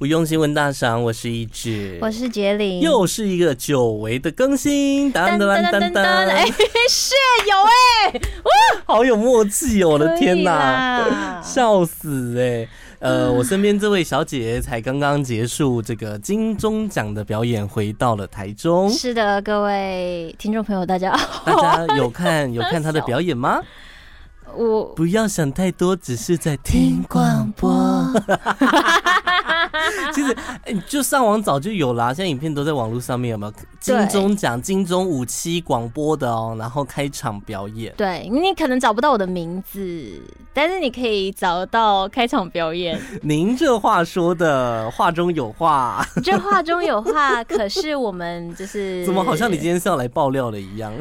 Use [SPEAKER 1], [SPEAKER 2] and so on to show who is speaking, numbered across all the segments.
[SPEAKER 1] 无用新闻大赏，我是一只，
[SPEAKER 2] 我是杰林，
[SPEAKER 1] 又是一个久违的更新，
[SPEAKER 2] 噔
[SPEAKER 1] 噔
[SPEAKER 2] 噔
[SPEAKER 1] 噔
[SPEAKER 2] 噔
[SPEAKER 1] 噔
[SPEAKER 2] 噔，哎、
[SPEAKER 1] 噔，
[SPEAKER 2] 是有哎、
[SPEAKER 1] 好有默契哦！我的天哪，
[SPEAKER 2] 可以啦嗯
[SPEAKER 1] 笑死哎、呃，我身边这位小姐才刚刚结束这个金钟奖的表演，回到了台中。
[SPEAKER 2] 是的，各位听众朋友，大家
[SPEAKER 1] 大
[SPEAKER 2] 好，
[SPEAKER 1] 家有看 有看她的表演吗？
[SPEAKER 2] 我
[SPEAKER 1] 不要想太多，只是在听广
[SPEAKER 2] 嗯
[SPEAKER 1] 播。其实，哎就上网早就有啦，现在影片都在网络上面，有没有？
[SPEAKER 2] 对
[SPEAKER 1] 金钟奖、金钟五期广播的哦，然后开场表演。
[SPEAKER 2] 对你可能找不到我的名字，但是你可以找到开场 表演。
[SPEAKER 1] 您这话说的，话中有话，
[SPEAKER 2] 这话中有话，可是我们就 是
[SPEAKER 1] 怎么好像你今天是要来爆料的一样？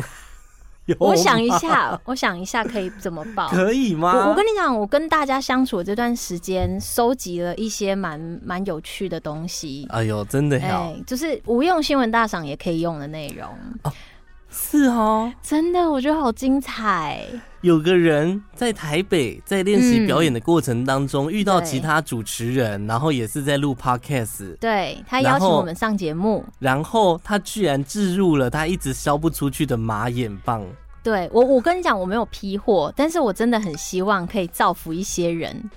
[SPEAKER 1] 有
[SPEAKER 2] 我想
[SPEAKER 1] 吗
[SPEAKER 2] 一，下，我想一下可以怎么 报。
[SPEAKER 1] 可以
[SPEAKER 2] 我我
[SPEAKER 1] 吗
[SPEAKER 2] 跟？你讲，我跟大家相处的这段时间，收集了一些蛮蛮有趣的东西。
[SPEAKER 1] 哎呦，真的
[SPEAKER 2] 哎、
[SPEAKER 1] 呀，
[SPEAKER 2] 就是无用新闻大赏也可以用的内容，
[SPEAKER 1] 是哦。
[SPEAKER 2] 真的我觉得好精彩。
[SPEAKER 1] 有个人在台北在练习
[SPEAKER 2] 嗯
[SPEAKER 1] 表演的过程当中，遇到
[SPEAKER 2] 对
[SPEAKER 1] 其他主持人，然后也是在录 podcast，
[SPEAKER 2] 对他
[SPEAKER 1] 然
[SPEAKER 2] 邀请
[SPEAKER 1] 后
[SPEAKER 2] 我们上节目，
[SPEAKER 1] 然后他居然置入了他一直消不出去的马眼棒。
[SPEAKER 2] 对我我跟你讲，我没有批货，但是我真的很希望可以造福一些 人，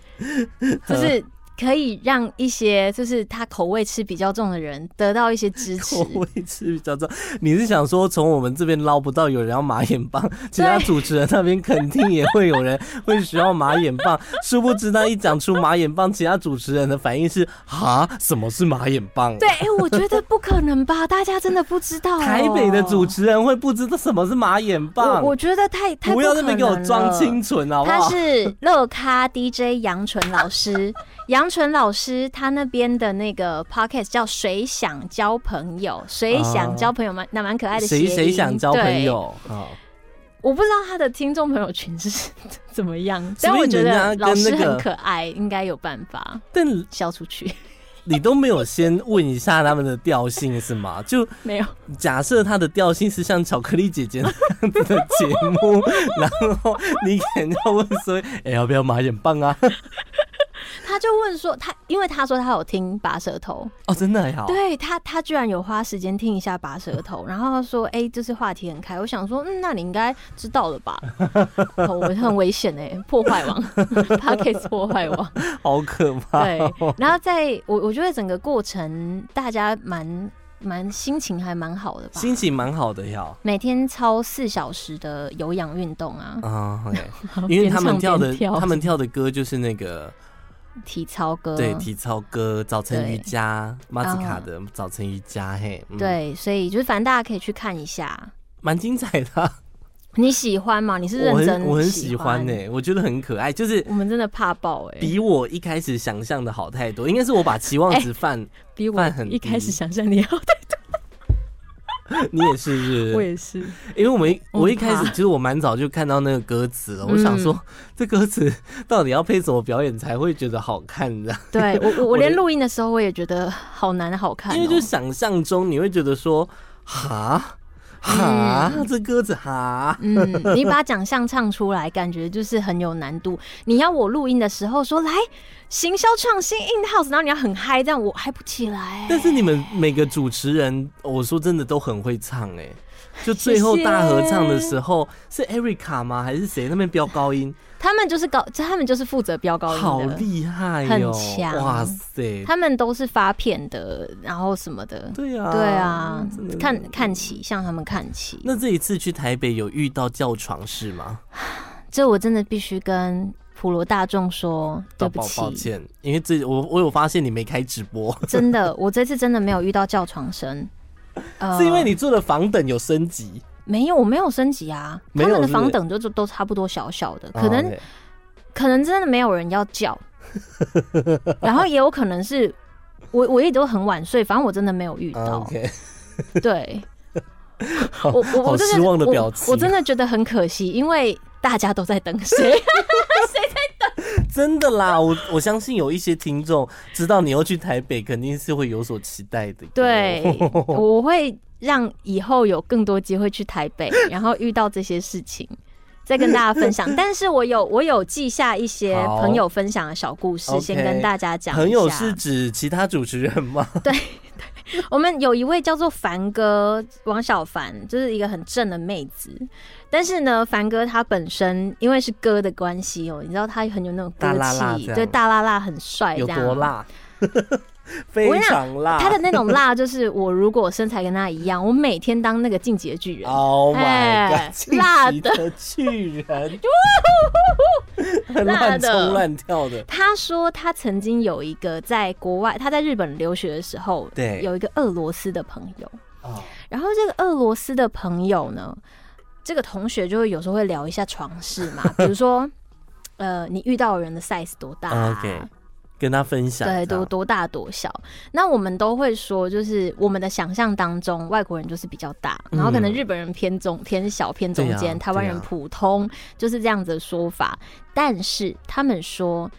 [SPEAKER 2] 就是。可以让一些就是他口味吃比较重的人得到一些 支持
[SPEAKER 1] 口，味吃比较重，你是想说从我们这边捞不到有人要马眼棒，其他主持人那边肯定也会有人会需要马眼棒。殊不知他一讲出马眼棒，其他主持人的反应是啊，什么是马眼棒？
[SPEAKER 2] 对，。哎、我觉得不可能吧，大家真的不知道、哦
[SPEAKER 1] 台北的主，持人会不知道什么是马眼棒，
[SPEAKER 2] 我我觉得太太
[SPEAKER 1] 不
[SPEAKER 2] 可
[SPEAKER 1] 要
[SPEAKER 2] 能
[SPEAKER 1] 在那边给我装清
[SPEAKER 2] 了。
[SPEAKER 1] 纯好不
[SPEAKER 2] 他
[SPEAKER 1] 好？
[SPEAKER 2] 是乐咖 DJ 杨纯老师，杨纯老师他那边的那个 podcast 叫“谁想交朋友”，谁想交朋友蛮那蛮可爱的谐
[SPEAKER 1] 哦谁
[SPEAKER 2] 音。
[SPEAKER 1] 谁想交朋
[SPEAKER 2] 对？
[SPEAKER 1] 友？好，
[SPEAKER 2] 我不知道他的听众朋友群是 怎么样，
[SPEAKER 1] 所以
[SPEAKER 2] 但我觉得
[SPEAKER 1] 人家
[SPEAKER 2] 老
[SPEAKER 1] 跟那
[SPEAKER 2] 师
[SPEAKER 1] 个
[SPEAKER 2] 很可爱，应该有办法
[SPEAKER 1] 但
[SPEAKER 2] 笑出去。
[SPEAKER 1] 你都没有先问一下他们的调性是吗？就
[SPEAKER 2] 没有，
[SPEAKER 1] 假设它的调性是像巧克力姐姐那样子的节目，然后你可能要问说，哎、要不要马眼棒啊？
[SPEAKER 2] 他就问说他，因为他说他有听拔舌头，
[SPEAKER 1] 哦，真的还好，
[SPEAKER 2] 对他，他居然有花时间听一下拔舌头，然后说：“哎、这是话题很开。”我想说，嗯，那你应该知道了吧？ 哦我很危险哎、破坏王 p o c a s t 破坏王。
[SPEAKER 1] 好可怕。
[SPEAKER 2] 对，然后在我我觉得整个过程大家蛮蛮心情还蛮好的吧。
[SPEAKER 1] 心情蛮好的呀。
[SPEAKER 2] 每天操四小时的有氧运动啊，
[SPEAKER 1] 啊、o k 因为他们跳的
[SPEAKER 2] 边唱边跳
[SPEAKER 1] 他们跳的歌就是那个
[SPEAKER 2] 体操歌，
[SPEAKER 1] 对体操歌《早晨
[SPEAKER 2] 对啊
[SPEAKER 1] 瑜伽》马子卡的《早晨瑜伽》嘿，嗯，
[SPEAKER 2] 对，所以就是反正大家可以去看一下。
[SPEAKER 1] 蛮精彩的啊、
[SPEAKER 2] 你喜欢吗？你是
[SPEAKER 1] 我
[SPEAKER 2] 认真
[SPEAKER 1] 很我很
[SPEAKER 2] 喜
[SPEAKER 1] 喜欢欸呢、我觉得很可爱，就是
[SPEAKER 2] 我们真的怕爆哎、
[SPEAKER 1] 比我一开始想象的好太多，应该是我把期望
[SPEAKER 2] 哎
[SPEAKER 1] 值放
[SPEAKER 2] 比我
[SPEAKER 1] 饭很
[SPEAKER 2] 一开始
[SPEAKER 1] 低
[SPEAKER 2] 想象你要
[SPEAKER 1] 你也是是不
[SPEAKER 2] 我
[SPEAKER 1] 是？
[SPEAKER 2] 也是，
[SPEAKER 1] 因为我们
[SPEAKER 2] 我
[SPEAKER 1] 我一开
[SPEAKER 2] 怕
[SPEAKER 1] 始其实我蛮早就看到那个歌词了，
[SPEAKER 2] 嗯
[SPEAKER 1] 我想说 这歌词到底要配什么表演才会觉得好看的？
[SPEAKER 2] 对我我
[SPEAKER 1] 我
[SPEAKER 2] 我连
[SPEAKER 1] 的
[SPEAKER 2] 录音的时候我也觉得好难好看、哦，
[SPEAKER 1] 因为就想象中你会觉得说，哈哈，这歌词哈，
[SPEAKER 2] 嗯，你把奖项唱出来，感觉就是很有难度。你要我录音的时候说来行销创新 in house，然后你要很嗨，这样我嗨不起来、
[SPEAKER 1] 但是你们每个主持人，我说真的都很会唱哎、就最后
[SPEAKER 2] 谢谢
[SPEAKER 1] 大合唱的时候，是 Erica 吗？还是谁那边飙高音？
[SPEAKER 2] 他们就是高，他们就是负责飙高音的，
[SPEAKER 1] 好厉害哟、
[SPEAKER 2] 很强
[SPEAKER 1] 哇塞！
[SPEAKER 2] 他们都是发片的，然后什么的，
[SPEAKER 1] 对啊，
[SPEAKER 2] 对啊
[SPEAKER 1] 真的，
[SPEAKER 2] 看看齐，向他们看齐。
[SPEAKER 1] 那这一次去台北有遇到叫床是吗？
[SPEAKER 2] 这我真的必须跟普罗大众说对不
[SPEAKER 1] 抱
[SPEAKER 2] 起，
[SPEAKER 1] 抱歉，因为这我我有发现你没开直播，
[SPEAKER 2] 真的，我这次真的没有遇到叫床声，呃
[SPEAKER 1] 是因为你做的防等有升级，
[SPEAKER 2] 没有，我没有升级啊。
[SPEAKER 1] 没
[SPEAKER 2] 他
[SPEAKER 1] 有
[SPEAKER 2] 们的
[SPEAKER 1] 是不是
[SPEAKER 2] 房等就就都差不多小小的，可能、
[SPEAKER 1] 哦，OK
[SPEAKER 2] 可能真的没有人要 叫，然后也有可能是我我也都很晚睡，反正我真的没有遇
[SPEAKER 1] 啊
[SPEAKER 2] 到。
[SPEAKER 1] OK，
[SPEAKER 2] 对，
[SPEAKER 1] 好
[SPEAKER 2] 我我
[SPEAKER 1] 好
[SPEAKER 2] 我真的
[SPEAKER 1] 失望的表情，啊
[SPEAKER 2] 我，我真的觉得很可惜，因为大家都在等谁。
[SPEAKER 1] 真的啦，我我相信有一些听众知道你要去台北，肯定是会有所期待的。
[SPEAKER 2] 对，
[SPEAKER 1] 哦
[SPEAKER 2] 我会让以后有更多机会去台北，然后遇到这些事情。再跟大家 分享。但是我有我有记下一些
[SPEAKER 1] 好
[SPEAKER 2] 朋友分享的小故事，
[SPEAKER 1] OK
[SPEAKER 2] 先跟大家讲一下。
[SPEAKER 1] 朋友是指其他主持人吗？
[SPEAKER 2] 我们有一位叫做凡哥，王小凡，就是一个很正的妹子。但是呢，凡哥他本身因为是哥的关系哦，你知道他很有那种哥
[SPEAKER 1] 大辣辣
[SPEAKER 2] 气
[SPEAKER 1] 这，样
[SPEAKER 2] 对，大辣辣很帅，
[SPEAKER 1] 有
[SPEAKER 2] 这样
[SPEAKER 1] 多？辣？ 非常辣。
[SPEAKER 2] 他的那种辣，就是我如果身材跟他一样，我每天当那个进阶巨人。
[SPEAKER 1] Oh
[SPEAKER 2] 哎
[SPEAKER 1] my god！
[SPEAKER 2] 辣
[SPEAKER 1] 晋级
[SPEAKER 2] 的
[SPEAKER 1] 的巨 人，很
[SPEAKER 2] 辣
[SPEAKER 1] 乱
[SPEAKER 2] 的
[SPEAKER 1] 冲乱跳 的，
[SPEAKER 2] 他说他曾经有一个在国外，他在日本留学的时候，
[SPEAKER 1] 对
[SPEAKER 2] 有一个俄罗斯的朋友。
[SPEAKER 1] 哦
[SPEAKER 2] 然后这个俄罗斯的朋友呢，这个同学就会有时候会聊一下床事 嘛，比如说，呃，你遇到的人的 size 多大、啊
[SPEAKER 1] 哦 OK，跟他分享
[SPEAKER 2] 对，
[SPEAKER 1] 这
[SPEAKER 2] 多
[SPEAKER 1] 样
[SPEAKER 2] 多大多小？那我们都会说，就是我们的想象当中，外国人就是比较大，然后可能
[SPEAKER 1] 嗯
[SPEAKER 2] 日本人偏中、偏小、偏中
[SPEAKER 1] 对
[SPEAKER 2] 间，
[SPEAKER 1] 啊
[SPEAKER 2] 台湾人
[SPEAKER 1] 对啊
[SPEAKER 2] 普通，就是这样子的说法。但是他们说，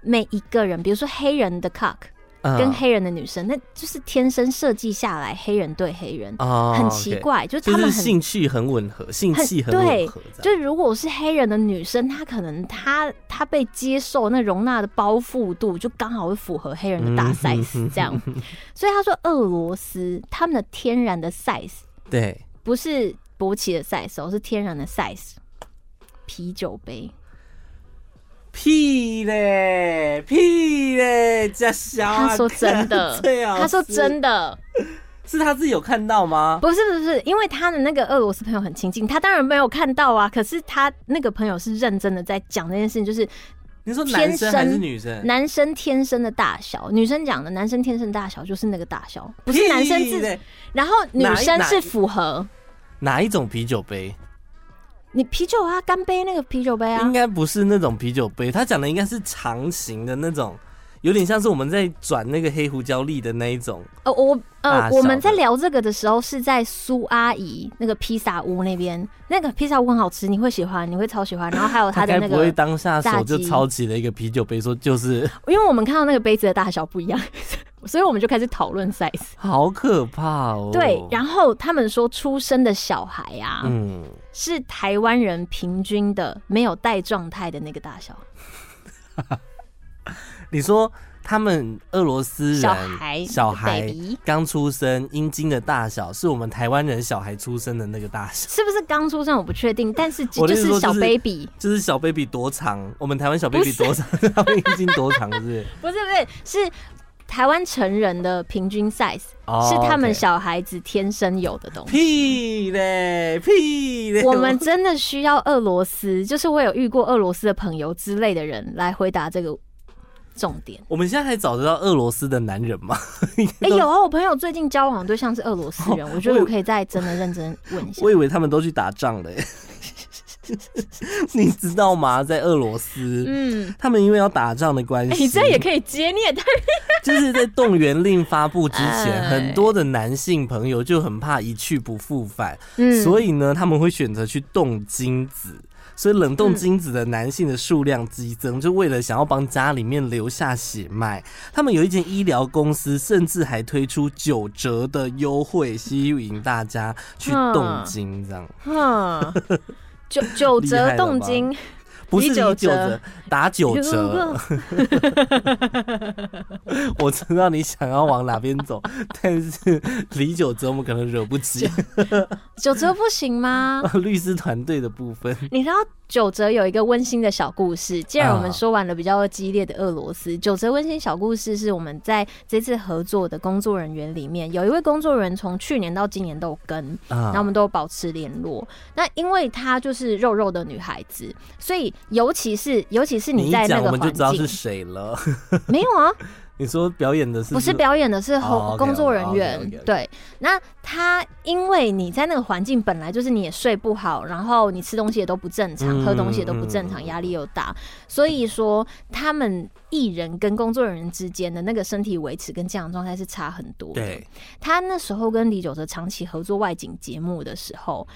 [SPEAKER 2] 每一个人，比如说黑人的 cock
[SPEAKER 1] 嗯
[SPEAKER 2] 跟黑人的女生，那就是天生设计下来，黑人对黑人。
[SPEAKER 1] 哦
[SPEAKER 2] 很奇
[SPEAKER 1] OK
[SPEAKER 2] 怪，就是
[SPEAKER 1] 就
[SPEAKER 2] 他们
[SPEAKER 1] 是
[SPEAKER 2] 很
[SPEAKER 1] 兴趣很吻合，兴
[SPEAKER 2] 很
[SPEAKER 1] 趣很
[SPEAKER 2] 对
[SPEAKER 1] 吻合这样，
[SPEAKER 2] 就如果是黑人的女生，她可能她她被接受那容纳的包覆度，就刚好会符合黑人的大
[SPEAKER 1] 嗯
[SPEAKER 2] size 这样。所以他说，俄罗斯他们的天然的 size
[SPEAKER 1] 对。
[SPEAKER 2] 不是勃起的 size 哦，是天然的 size。啤酒杯，
[SPEAKER 1] 屁嘞，屁嘞，家小、啊。，
[SPEAKER 2] 他说真 的
[SPEAKER 1] 对啊，
[SPEAKER 2] 他说真的，
[SPEAKER 1] 是，是他自己有看到吗？
[SPEAKER 2] 不是不是不是，因为他的那个俄罗斯朋友很亲近，他当然没有看到啊。可是他那个朋友是认真的在讲这件事情，就是
[SPEAKER 1] 你说
[SPEAKER 2] 天
[SPEAKER 1] 男生还是
[SPEAKER 2] 生
[SPEAKER 1] 女生？
[SPEAKER 2] 男生天生的大小，女生讲的男生天生大小就是那个大小，不是男生
[SPEAKER 1] 屁
[SPEAKER 2] 自，
[SPEAKER 1] 嘞
[SPEAKER 2] 然后女生
[SPEAKER 1] 哪一哪
[SPEAKER 2] 是
[SPEAKER 1] 一
[SPEAKER 2] 符合
[SPEAKER 1] 哪一种啤酒杯？
[SPEAKER 2] 你啤酒啊，干杯那个啤酒杯啊
[SPEAKER 1] 应，该不是那种啤酒杯，他讲的应该是长形的那种，有点像是我们在转那个黑胡椒粒的那一种。
[SPEAKER 2] 呃，我
[SPEAKER 1] 大
[SPEAKER 2] 呃，
[SPEAKER 1] 小
[SPEAKER 2] 我们在
[SPEAKER 1] 的
[SPEAKER 2] 聊这个的时候是在苏阿姨那个披萨屋那边，那个披萨屋很好吃，你会喜欢，你会超喜欢。然后还有它
[SPEAKER 1] 他
[SPEAKER 2] 的
[SPEAKER 1] 该
[SPEAKER 2] 那
[SPEAKER 1] 不会
[SPEAKER 2] 个，
[SPEAKER 1] 当下
[SPEAKER 2] 炸
[SPEAKER 1] 手就
[SPEAKER 2] 鸡
[SPEAKER 1] 抄起了一个啤酒杯，说就是
[SPEAKER 2] 因为我们看到那个杯子的大小不一样，所以我们就开始讨论 size。
[SPEAKER 1] 好可怕哦。
[SPEAKER 2] 对，然后他们说出生的小孩啊，
[SPEAKER 1] 嗯，
[SPEAKER 2] 是台湾人平均的没有带状态的那个大小
[SPEAKER 1] 你说他们俄罗斯人
[SPEAKER 2] 小孩，
[SPEAKER 1] 小孩
[SPEAKER 2] baby
[SPEAKER 1] 刚出生阴茎的大小是我们台湾人小孩出生的那个大小，
[SPEAKER 2] 是不是刚出生我不确定，但是就
[SPEAKER 1] 我的
[SPEAKER 2] 就
[SPEAKER 1] 意思
[SPEAKER 2] 是
[SPEAKER 1] 说
[SPEAKER 2] 小
[SPEAKER 1] 就是
[SPEAKER 2] baby，
[SPEAKER 1] 就是小 baby 多长？我们台湾小 baby 多长？他们阴茎多长是不是？
[SPEAKER 2] 不是不是是台湾成人的平均 size。
[SPEAKER 1] 哦
[SPEAKER 2] 是他们
[SPEAKER 1] OK
[SPEAKER 2] 小孩子天生有的 东西。
[SPEAKER 1] 屁嘞屁嘞！
[SPEAKER 2] 我们真的需要俄罗斯，就是我有遇过俄罗斯的朋友之类的人来回答这个重 点。
[SPEAKER 1] 我们现在还找得到俄罗斯的男人吗？
[SPEAKER 2] 哎、有啊，我朋友最近交往的对象是俄罗斯人，我觉
[SPEAKER 1] 我
[SPEAKER 2] 得
[SPEAKER 1] 以
[SPEAKER 2] 我可以再真的认真问一下
[SPEAKER 1] 我。以为他们都去打仗了耶， 你知道吗？在俄罗斯，
[SPEAKER 2] 嗯，
[SPEAKER 1] 他们因为要打仗的关
[SPEAKER 2] 哎
[SPEAKER 1] 系，
[SPEAKER 2] 你这也可以接，你也太……
[SPEAKER 1] 就是在动员令发布之前，
[SPEAKER 2] 哎
[SPEAKER 1] 很多的男性朋友就很怕一去不复返，
[SPEAKER 2] 嗯
[SPEAKER 1] 所
[SPEAKER 2] 以
[SPEAKER 1] 以呢，他们会选择去冻精子。所以冷冻精子的男性的数量激增，就为了想要帮家里面留下血脉。他们有一间医疗公司，甚至还推出九折的优惠，吸引大家去冻精，这样
[SPEAKER 2] 嗯哼， 九九
[SPEAKER 1] 厉害
[SPEAKER 2] 折
[SPEAKER 1] 了
[SPEAKER 2] 动
[SPEAKER 1] 吧
[SPEAKER 2] 经，
[SPEAKER 1] 不是以
[SPEAKER 2] 九
[SPEAKER 1] 九
[SPEAKER 2] 折
[SPEAKER 1] 折打九 折。我知道你想要往哪边走，但是 李九折我们可能惹不起。
[SPEAKER 2] 九折不行 吗？
[SPEAKER 1] 律师团队的部分，
[SPEAKER 2] 你知道九折有一个温馨的小故事。既然我
[SPEAKER 1] 啊
[SPEAKER 2] 们说完了比较激烈的俄罗斯，九折温馨小故事是我们在这次合作的工作人员里面，有一位工作人员从去年到今年都有跟，
[SPEAKER 1] 啊
[SPEAKER 2] 然后我们都有保持联络。那因为她就是肉肉的女孩子，所以尤其是尤其是
[SPEAKER 1] 你
[SPEAKER 2] 你
[SPEAKER 1] 一
[SPEAKER 2] 在那
[SPEAKER 1] 讲我
[SPEAKER 2] 个
[SPEAKER 1] 们就
[SPEAKER 2] 环
[SPEAKER 1] 知道是
[SPEAKER 2] 境，
[SPEAKER 1] 谁了。
[SPEAKER 2] 没有啊，
[SPEAKER 1] 你说表演的是
[SPEAKER 2] 不是表演的，是
[SPEAKER 1] 哦
[SPEAKER 2] 后
[SPEAKER 1] ，OK，
[SPEAKER 2] 工作人员。
[SPEAKER 1] OK，OK，OK
[SPEAKER 2] 对，那他因为你在那个环境本来就是你也睡不好，然后你吃东西也都不正常，
[SPEAKER 1] 嗯
[SPEAKER 2] 喝东西也都不正常，
[SPEAKER 1] 嗯
[SPEAKER 2] 压力又大，所以说他们艺人跟工作人员之间的那个身体维持跟健康状态是差很多的。
[SPEAKER 1] 对，
[SPEAKER 2] 他那时候跟李玖哲长期合作外景节目的时候，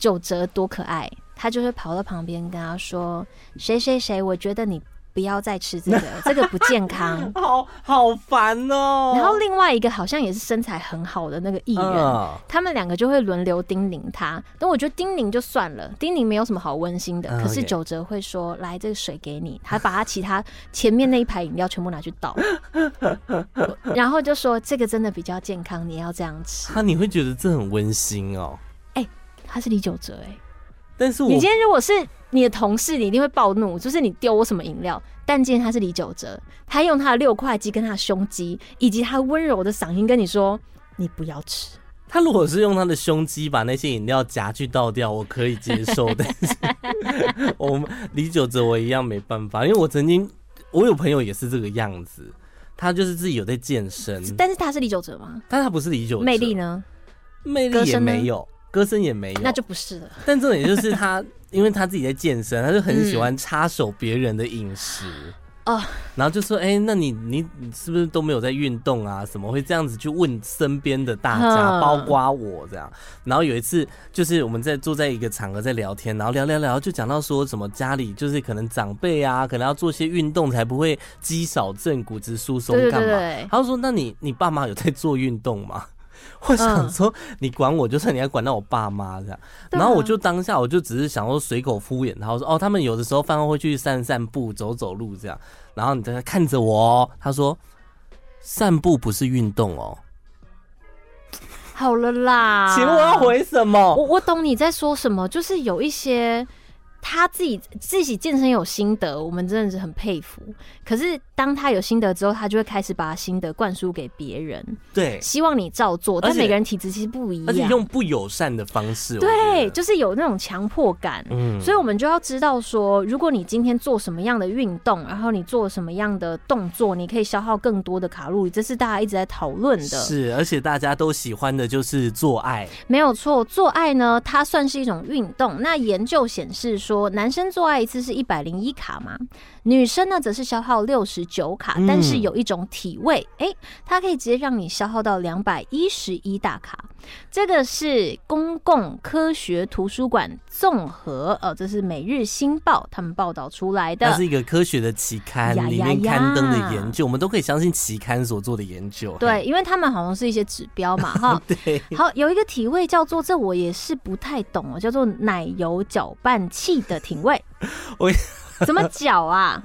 [SPEAKER 2] 玖哲多可爱，他就会跑到旁边跟他说：“谁谁谁，我觉得你不要再吃这 个，这个不健康。
[SPEAKER 1] 好好烦哦。
[SPEAKER 2] 然后另外一个好像也是身材很好的那个艺人，
[SPEAKER 1] 嗯
[SPEAKER 2] 他们两个就会轮流叮咛他。但我觉得叮咛就算了，叮咛没有什么好温馨的。
[SPEAKER 1] 嗯
[SPEAKER 2] 可是
[SPEAKER 1] OK
[SPEAKER 2] 九哲会说：“来，这个水给你。”还把他其他前面那一排饮料全部拿去 倒，然后就说：“这个真的比较健康，你要这样吃。
[SPEAKER 1] 啊，你会觉得这很温馨哦。”
[SPEAKER 2] 他是李九哲哎、
[SPEAKER 1] 但是我
[SPEAKER 2] 你今天如果是你的同事，你一定会暴怒，就是你丢我什么饮料。但今天他是李九哲，他用他的六块肌跟他的胸肌，以及他温柔的嗓音跟你说：“你不要吃。
[SPEAKER 1] 他如果是用他的胸肌把那些饮料夹去倒掉，我可以接 受，但是 我们李九哲我一样没办法，因为我曾经我有朋友也是这个样子，他就是自己有在健身，”
[SPEAKER 2] 但是他是李九哲吗？
[SPEAKER 1] 但他不是李九哲，
[SPEAKER 2] 魅力呢？
[SPEAKER 1] 魅
[SPEAKER 2] 歌
[SPEAKER 1] 力也
[SPEAKER 2] 声呢
[SPEAKER 1] 没有，歌声也没有，
[SPEAKER 2] 那就不是了。
[SPEAKER 1] 但重点就是他， 因为他自己在健身，他就很喜欢插手别人的饮食。
[SPEAKER 2] 哦
[SPEAKER 1] 然后就说，哎、那你你你是不是都没有在运动啊？怎么会这样子去问身边的大家，
[SPEAKER 2] 嗯
[SPEAKER 1] 包括我这样？然后有一次，就是我们在坐在一个场合在聊天，然后聊聊聊，就讲到说什么家里就是可能长辈啊，可能要做些运动才不会肌少症、骨质疏松
[SPEAKER 2] 对对
[SPEAKER 1] 干嘛？
[SPEAKER 2] 对对
[SPEAKER 1] 他就说，那你你爸妈有在做运动吗？ 我
[SPEAKER 2] 嗯
[SPEAKER 1] 想说，你管我，就算你要管到我爸妈这样。
[SPEAKER 2] 对啊
[SPEAKER 1] 然后我就当下我就只是想说随口敷衍他，我说哦，他们有的时候饭后会去散散步、走走路这样。然后你在那看着我、哦，他说散步不是运动哦，
[SPEAKER 2] 好了啦。
[SPEAKER 1] 请问我要回什
[SPEAKER 2] 我
[SPEAKER 1] 么？
[SPEAKER 2] 我懂你在说什么，就是有一些他自己自己健身有心得，我们真的是很佩服。可是当他有心得之后，他就会开始把心得灌输给别人。
[SPEAKER 1] 对，
[SPEAKER 2] 希望你照做，但
[SPEAKER 1] 而且
[SPEAKER 2] 每个人体质其实不一
[SPEAKER 1] 而且
[SPEAKER 2] 样。
[SPEAKER 1] 用不友善的方式，我觉
[SPEAKER 2] 对，
[SPEAKER 1] 得
[SPEAKER 2] 就是有那种强迫感。
[SPEAKER 1] 嗯
[SPEAKER 2] 所以我们就要知道说，如果你今天做什么样的运动，然后你做什么样的动作，你可以消耗更多的卡路里，这是大家一直在讨论的。
[SPEAKER 1] 是，而且大家都喜欢的就是做爱，
[SPEAKER 2] 没有错，做爱呢，它算是一种运动。那研究显示说，男生做爱一次是一百零一卡嘛，女生呢则是消耗六十九卡，
[SPEAKER 1] 嗯
[SPEAKER 2] 但是有一种体位，诶，它可以直接让你消耗到两百一十一大卡。这个是公共科学图书馆综合，呃，这是《每日新报》他们报道出来
[SPEAKER 1] 那
[SPEAKER 2] 的
[SPEAKER 1] 是。一个科学的期刊
[SPEAKER 2] 呀
[SPEAKER 1] 里
[SPEAKER 2] 呀
[SPEAKER 1] 面刊登
[SPEAKER 2] 呀
[SPEAKER 1] 的研究，我们都可以相信期刊所做的研究。
[SPEAKER 2] 对，因为他们好像是一些指标嘛，哈。
[SPEAKER 1] 对，。
[SPEAKER 2] 好，有一个体位叫做，这我也是不太懂哦，叫做奶油搅拌器的体位
[SPEAKER 1] 我
[SPEAKER 2] 怎么搅啊？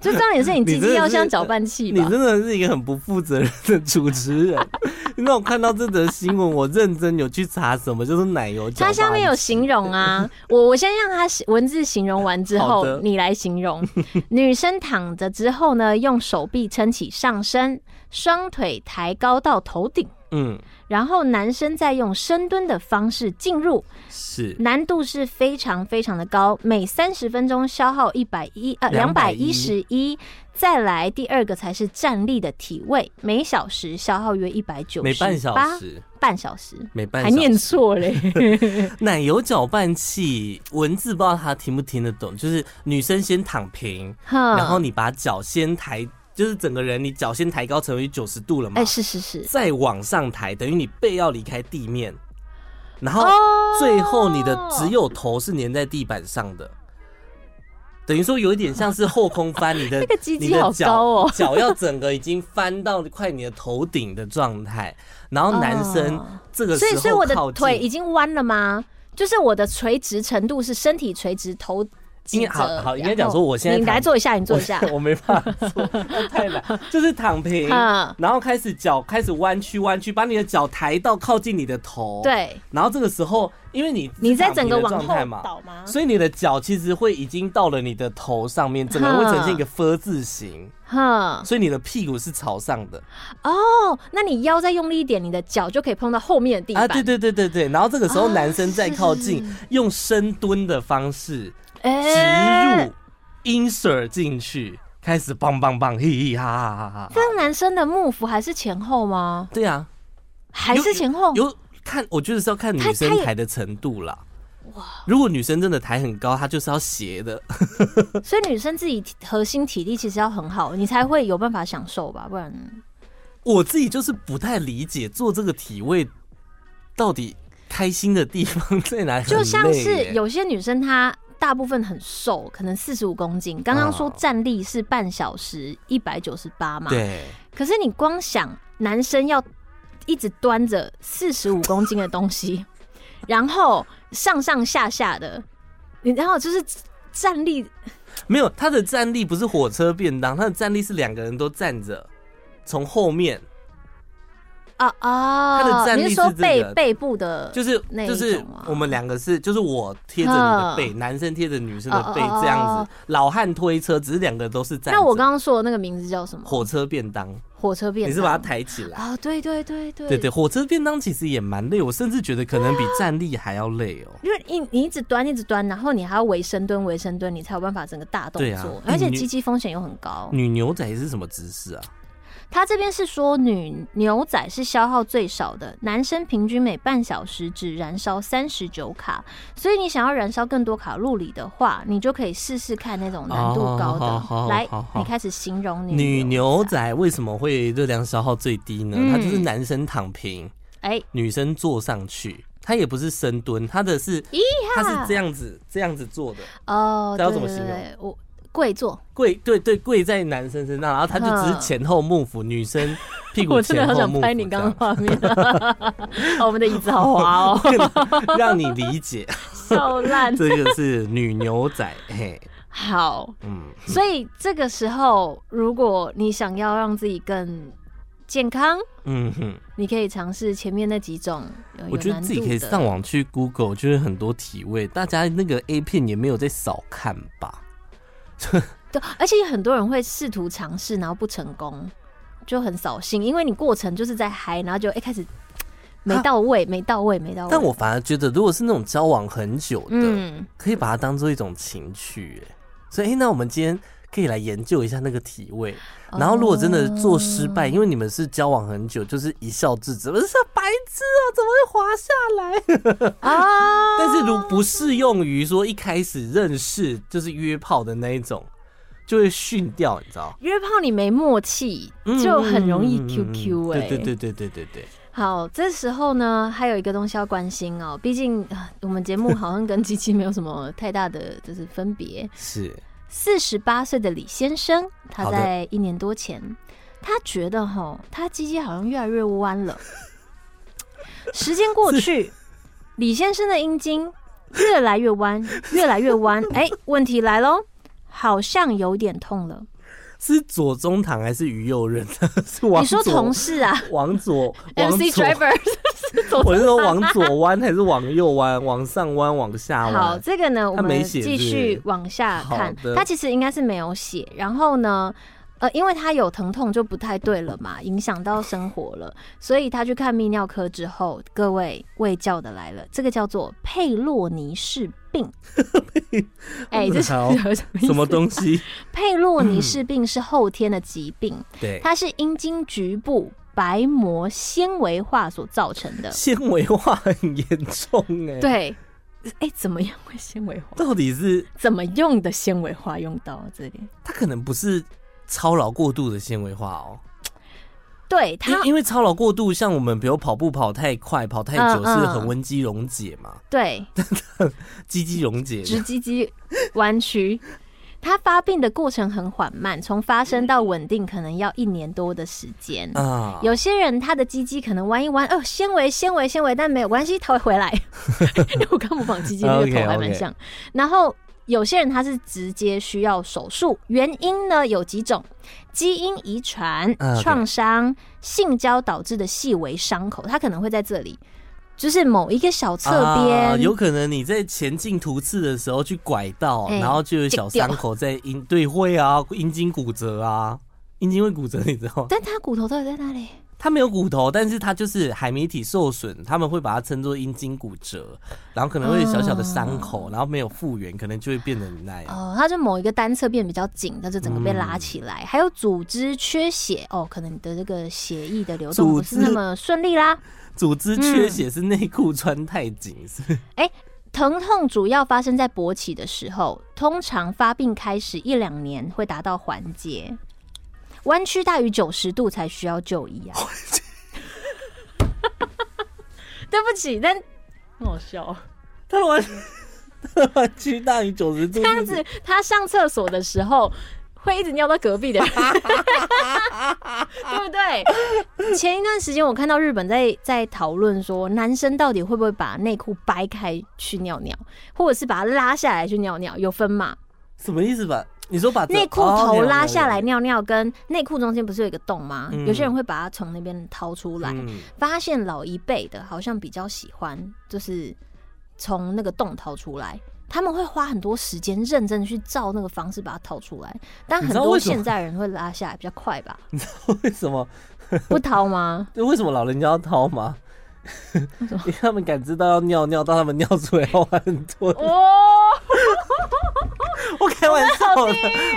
[SPEAKER 2] 就这样也是你鸡
[SPEAKER 1] 你真
[SPEAKER 2] 鸡
[SPEAKER 1] 的
[SPEAKER 2] 要
[SPEAKER 1] 是
[SPEAKER 2] 像搅拌器
[SPEAKER 1] 你
[SPEAKER 2] 吧？
[SPEAKER 1] 真的是一个很不负责任的主持 人。那我看到这则新闻，我认真有去查什么就是奶油搅
[SPEAKER 2] 它
[SPEAKER 1] 拌。
[SPEAKER 2] 下面有形容啊，我我先让它形文字形容完之
[SPEAKER 1] 好
[SPEAKER 2] 后
[SPEAKER 1] 的，
[SPEAKER 2] 你来形容。女生躺着之后呢，用手臂撑起上身，双腿抬高到头顶，
[SPEAKER 1] 嗯，
[SPEAKER 2] 然后男生再用深蹲的方式进入，
[SPEAKER 1] 是
[SPEAKER 2] 难度是非常非常的高，每三十分钟消耗一百一呃两百一十一。再来第二个才是站立的体位，每小时消耗约一百九
[SPEAKER 1] 每
[SPEAKER 2] 十
[SPEAKER 1] 半小
[SPEAKER 2] 八，
[SPEAKER 1] 时，
[SPEAKER 2] 半小时
[SPEAKER 1] 每半小
[SPEAKER 2] 还
[SPEAKER 1] 时
[SPEAKER 2] 念错 嘞。
[SPEAKER 1] 奶油搅拌器文字不知道他听不听得懂，就是女生先躺平，然
[SPEAKER 2] 然
[SPEAKER 1] 后你把脚先抬，就是整个人你脚先抬高成为九十度了嘛，
[SPEAKER 2] 哎、是是是，
[SPEAKER 1] 再往上抬，等于你背要离开地面，然后
[SPEAKER 2] 哦
[SPEAKER 1] 最后你的只有头是粘在地板上的，等于说有一点像是后空翻， 你的
[SPEAKER 2] 这个鸡鸡
[SPEAKER 1] 你的
[SPEAKER 2] 好
[SPEAKER 1] 脚
[SPEAKER 2] 高哦
[SPEAKER 1] 脚要整个已经翻到快你的头顶的状态，然后男生
[SPEAKER 2] 哦
[SPEAKER 1] 这个时
[SPEAKER 2] 所以所以
[SPEAKER 1] 候
[SPEAKER 2] 我的
[SPEAKER 1] 靠近
[SPEAKER 2] 腿已经弯了吗？就是我的垂直程度是身体垂直头
[SPEAKER 1] 应
[SPEAKER 2] 脊
[SPEAKER 1] 该
[SPEAKER 2] 折。
[SPEAKER 1] 好好应该
[SPEAKER 2] 然
[SPEAKER 1] 讲
[SPEAKER 2] 后
[SPEAKER 1] 说我现在
[SPEAKER 2] 你
[SPEAKER 1] 躺
[SPEAKER 2] 来做一下，你做一下。
[SPEAKER 1] 我没办法 做，太难，就是躺平
[SPEAKER 2] 嗯，
[SPEAKER 1] 然后开始脚开始弯曲弯曲，把你的脚抬到靠近你的头，，
[SPEAKER 2] 对，
[SPEAKER 1] 然后这个时候因为你
[SPEAKER 2] 你在
[SPEAKER 1] 躺平
[SPEAKER 2] 整个
[SPEAKER 1] 的
[SPEAKER 2] 往
[SPEAKER 1] 状
[SPEAKER 2] 后
[SPEAKER 1] 态嘛。
[SPEAKER 2] 倒吗？
[SPEAKER 1] 所以你的脚其实会已经到了你的头上面，整个人会呈现一个 “V” 字形，
[SPEAKER 2] 哼，
[SPEAKER 1] 所以你的屁股是朝上的
[SPEAKER 2] 哦，那你腰再用力一点，你的脚就可以碰到后面的地板。
[SPEAKER 1] 啊，对对对对对。然后这个时候
[SPEAKER 2] 啊
[SPEAKER 1] 男生再靠近，
[SPEAKER 2] 是
[SPEAKER 1] 用深蹲的方式植
[SPEAKER 2] 哎
[SPEAKER 1] 入 insert 进去，开始棒棒棒，嘻嘻哈哈哈哈哈。
[SPEAKER 2] 这个男生的幕府还是前后吗？
[SPEAKER 1] 对啊，
[SPEAKER 2] 还是前后？
[SPEAKER 1] 有看，我觉得是要看女
[SPEAKER 2] 哦他他
[SPEAKER 1] 生
[SPEAKER 2] 也
[SPEAKER 1] 抬的程度啦。如果女生真的抬很高，她就是要斜的。
[SPEAKER 2] 所以女生自己体核心体力其实要很好，你才会有办法享受吧，不然
[SPEAKER 1] 我自己就是不太理解做这个体位到底开心的地方在哪里，
[SPEAKER 2] 就像
[SPEAKER 1] 很累
[SPEAKER 2] 是
[SPEAKER 1] 耶
[SPEAKER 2] 有些女生她大部分很瘦，可能四十五公斤。刚刚说
[SPEAKER 1] 哦
[SPEAKER 2] 站立是半小时一百九十八嘛，
[SPEAKER 1] 对，
[SPEAKER 2] 可是你光想男生要一直端着四十五公斤的东西，然后上上下下的，你然后就是站立，
[SPEAKER 1] 没有他的站立不是火车便当，他的站立是两个人都站着，从后面
[SPEAKER 2] 啊啊！
[SPEAKER 1] 他的站立
[SPEAKER 2] 你是说
[SPEAKER 1] 是这
[SPEAKER 2] 背
[SPEAKER 1] 个
[SPEAKER 2] 背部的，
[SPEAKER 1] 就是
[SPEAKER 2] 呃那一种
[SPEAKER 1] 就是
[SPEAKER 2] 啊嗯
[SPEAKER 1] 我们两个是就是我贴着你的背，男生贴着女生的背
[SPEAKER 2] 哦哦哦
[SPEAKER 1] 这样
[SPEAKER 2] 哦
[SPEAKER 1] 子，老汉推车，只是两个都是站着。
[SPEAKER 2] 那我刚刚说的那个名字叫什么？
[SPEAKER 1] 火车便当，
[SPEAKER 2] 火车便当
[SPEAKER 1] 你是把它抬起来。
[SPEAKER 2] 啊、对对对对
[SPEAKER 1] 对对，火车便当其实也蛮累，我甚至觉得可能比站立还要累哦。
[SPEAKER 2] 因为你你一直端一直端，然后你还要围深蹲围深蹲，你才有办法整个大动
[SPEAKER 1] 对啊
[SPEAKER 2] 作，
[SPEAKER 1] 哎
[SPEAKER 2] 而且
[SPEAKER 1] 你
[SPEAKER 2] 鸡鸡风险又很高。
[SPEAKER 1] 女牛仔是什么姿势啊？
[SPEAKER 2] 他这边是说女牛仔是消耗最少的，男生平均每半小时只燃烧三十九卡，所以你想要燃烧更多卡路里的话，你就可以试试看那种难度高的。
[SPEAKER 1] 哦好好好
[SPEAKER 2] 来
[SPEAKER 1] 好好
[SPEAKER 2] 你开始形容你
[SPEAKER 1] 女牛，仔为什么会热量消耗最低呢？
[SPEAKER 2] 嗯
[SPEAKER 1] 它就是男生躺平，
[SPEAKER 2] 哎、
[SPEAKER 1] 女生坐上去。它也不是深蹲，它的是
[SPEAKER 2] 咦，
[SPEAKER 1] 它是这样子这样子坐的，
[SPEAKER 2] 哦，
[SPEAKER 1] 这要
[SPEAKER 2] 对
[SPEAKER 1] 怎么
[SPEAKER 2] 对
[SPEAKER 1] 形容
[SPEAKER 2] 对我跪坐，
[SPEAKER 1] 跪对对跪在男生身上，然后他就只是前后幕府，女生屁股
[SPEAKER 2] 嗯我真的
[SPEAKER 1] 前
[SPEAKER 2] 好
[SPEAKER 1] 后
[SPEAKER 2] 想
[SPEAKER 1] 幕
[SPEAKER 2] 拍你
[SPEAKER 1] 府这
[SPEAKER 2] 刚刚
[SPEAKER 1] 样，
[SPEAKER 2] 画面、 哦，我们的椅子好滑哦，
[SPEAKER 1] 让你理解
[SPEAKER 2] 笑烂。
[SPEAKER 1] 哦这个是女牛仔。嘿，
[SPEAKER 2] 好，
[SPEAKER 1] 嗯，
[SPEAKER 2] 所以这个时候，如果你想要让自己更健康，
[SPEAKER 1] 嗯哼，
[SPEAKER 2] 你可以尝试前面那几种。有
[SPEAKER 1] 我觉得自己可以上。
[SPEAKER 2] 有难度的
[SPEAKER 1] 网去 Google，就是很多体位，大家那个 A 片也没有在少看吧？
[SPEAKER 2] 对，而且很多人会试图尝试，然后不成功，就很扫兴，因为你过程就是在嗨，然后就一、开始嘖没到位，没到位，没到位。
[SPEAKER 1] 但我反而觉得，如果是那种交往很久的，
[SPEAKER 2] 嗯，
[SPEAKER 1] 可以把它当做一种情趣。哎，所以、诶那我们今天可以来研究一下那个体位。然后如果真的做失败，因为你们是交往很久，就是一笑置之，我是白痴啊，怎么会滑下来？
[SPEAKER 2] 啊，
[SPEAKER 1] 但是如不适用于说一开始认识就是约炮的那一种，就会训掉，你知道？嗯
[SPEAKER 2] 约炮你没默契，就很容易 QQ 哎、
[SPEAKER 1] 对对对对对对对，
[SPEAKER 2] 好，这时候呢，还有一个东西要关心哦，毕竟、啊我们节目好像跟机器没有什么太大的就是分别。
[SPEAKER 1] 是
[SPEAKER 2] 四十八岁的李先生，他
[SPEAKER 1] 好的
[SPEAKER 2] 在一年多前，他觉得哈，他鸡鸡好像越来越弯 了。时间过去，李先生的阴茎越来越 弯，越来越弯。哎、问题来喽，好像有点痛了。
[SPEAKER 1] 是左中堂还是于右任？ 是往
[SPEAKER 2] 你说
[SPEAKER 1] 左
[SPEAKER 2] 同事啊
[SPEAKER 1] 往 左往
[SPEAKER 2] ，MC
[SPEAKER 1] 左。
[SPEAKER 2] Driver 是走
[SPEAKER 1] 我是说往左弯还是往右弯？往上弯，往下
[SPEAKER 2] 好，
[SPEAKER 1] 弯？
[SPEAKER 2] 这个呢，我
[SPEAKER 1] 他没
[SPEAKER 2] 们
[SPEAKER 1] 写
[SPEAKER 2] 继
[SPEAKER 1] 是
[SPEAKER 2] 续往下
[SPEAKER 1] 好
[SPEAKER 2] 看
[SPEAKER 1] 的。
[SPEAKER 2] 他其实应该是没有写，然后呢，呃，因为他有疼痛就不太对了嘛，影响到生活了，所以他去看泌尿科之后，各位喂教的来了，这个叫做佩洛尼氏 病。哎，这是 什
[SPEAKER 1] 好
[SPEAKER 2] 么意思
[SPEAKER 1] 什么东西？
[SPEAKER 2] 佩洛尼氏病是后天的疾病，
[SPEAKER 1] 对，
[SPEAKER 2] 它是阴茎局部。白膜纤维化所造成的，
[SPEAKER 1] 纤维化很严重哎、，
[SPEAKER 2] 对， 哎、怎么样会纤维化？
[SPEAKER 1] 到底是
[SPEAKER 2] 怎么用的纤维化用到这里？
[SPEAKER 1] 它可能不是操劳过度的纤维化哦，
[SPEAKER 2] 对
[SPEAKER 1] 因
[SPEAKER 2] 它，
[SPEAKER 1] 因为操劳过度，像我们比如跑步跑太快、跑太久，
[SPEAKER 2] 嗯嗯
[SPEAKER 1] 是横纹肌溶解嘛，
[SPEAKER 2] 对
[SPEAKER 1] 肌肌溶解。
[SPEAKER 2] 直鸡鸡弯曲，它发病的过程很缓慢，从发生到稳定可能要一年多的时间。
[SPEAKER 1] 啊，
[SPEAKER 2] 有些人他的鸡鸡可能弯一弯，哦，纤维纤维纤维，但没有关系，它会 回来。因为我刚模仿鸡鸡那个
[SPEAKER 1] OK，OK
[SPEAKER 2] 头还蛮像。然后有些人他是直接需要手术，原因呢有几种：基因遗传
[SPEAKER 1] 啊、，OK
[SPEAKER 2] 创伤、性交导致的细微伤口，它可能会在这里，就是某一个小侧
[SPEAKER 1] 啊
[SPEAKER 2] 边。
[SPEAKER 1] 有可能你在前进途次的时候去拐道，
[SPEAKER 2] 哎
[SPEAKER 1] 然后就有小伤口在阴对会啊，阴茎骨折啊，阴茎会骨折，你知道吗？
[SPEAKER 2] 但它骨头到底在哪里？
[SPEAKER 1] 它没有骨头，但是它就是海绵体受损，他们会把它称作阴茎骨折，然后可能会有小小的伤口，然后没有复原，可能就会变成那样。
[SPEAKER 2] 哦哦，它就某一个单侧变比较紧，它就整个被拉起来。还有组织缺血，哦，可能你的这个血液的流动
[SPEAKER 1] 组
[SPEAKER 2] 不是那
[SPEAKER 1] 织
[SPEAKER 2] 么顺利啦。
[SPEAKER 1] 组织缺血是内裤穿太紧，是
[SPEAKER 2] 嗯
[SPEAKER 1] 不是
[SPEAKER 2] 疼痛主要发生在勃起的时候，通常发病开始一两年会达到缓解。弯曲大于九十度才需要就医 啊！对不起，但很好笑。
[SPEAKER 1] 他完区大于九十度，
[SPEAKER 2] 这样子，他上厕所的时候会一直尿到隔壁的 人，对不对？前一段时间我看到日本在在讨论说，男生到底会不会把内裤掰开去尿尿，或者是把它拉下来去尿尿，有分嘛？
[SPEAKER 1] 什么意思吧？你说把这
[SPEAKER 2] 内裤
[SPEAKER 1] 哦了解
[SPEAKER 2] 头拉
[SPEAKER 1] 了
[SPEAKER 2] 下来
[SPEAKER 1] 解
[SPEAKER 2] 尿尿，跟内裤中间不是有一个洞吗？
[SPEAKER 1] 嗯
[SPEAKER 2] 有些人会把它从那边掏出来，
[SPEAKER 1] 嗯
[SPEAKER 2] 发现老一辈的好像比较喜欢，就是从那个洞掏出来。他们会花很多时间认真去照那个方式把它掏出来，但
[SPEAKER 1] 你
[SPEAKER 2] 很
[SPEAKER 1] 知道
[SPEAKER 2] 多
[SPEAKER 1] 为什么
[SPEAKER 2] 现在人会拉下来比较快吧？
[SPEAKER 1] 为什么？
[SPEAKER 2] 不掏吗？
[SPEAKER 1] 就为什么老人家要掏吗？
[SPEAKER 2] 为什么
[SPEAKER 1] 因为 他们感知到要尿尿，到他们尿出来要花很多。
[SPEAKER 2] 哦，
[SPEAKER 1] 我开玩笑的，
[SPEAKER 2] 啊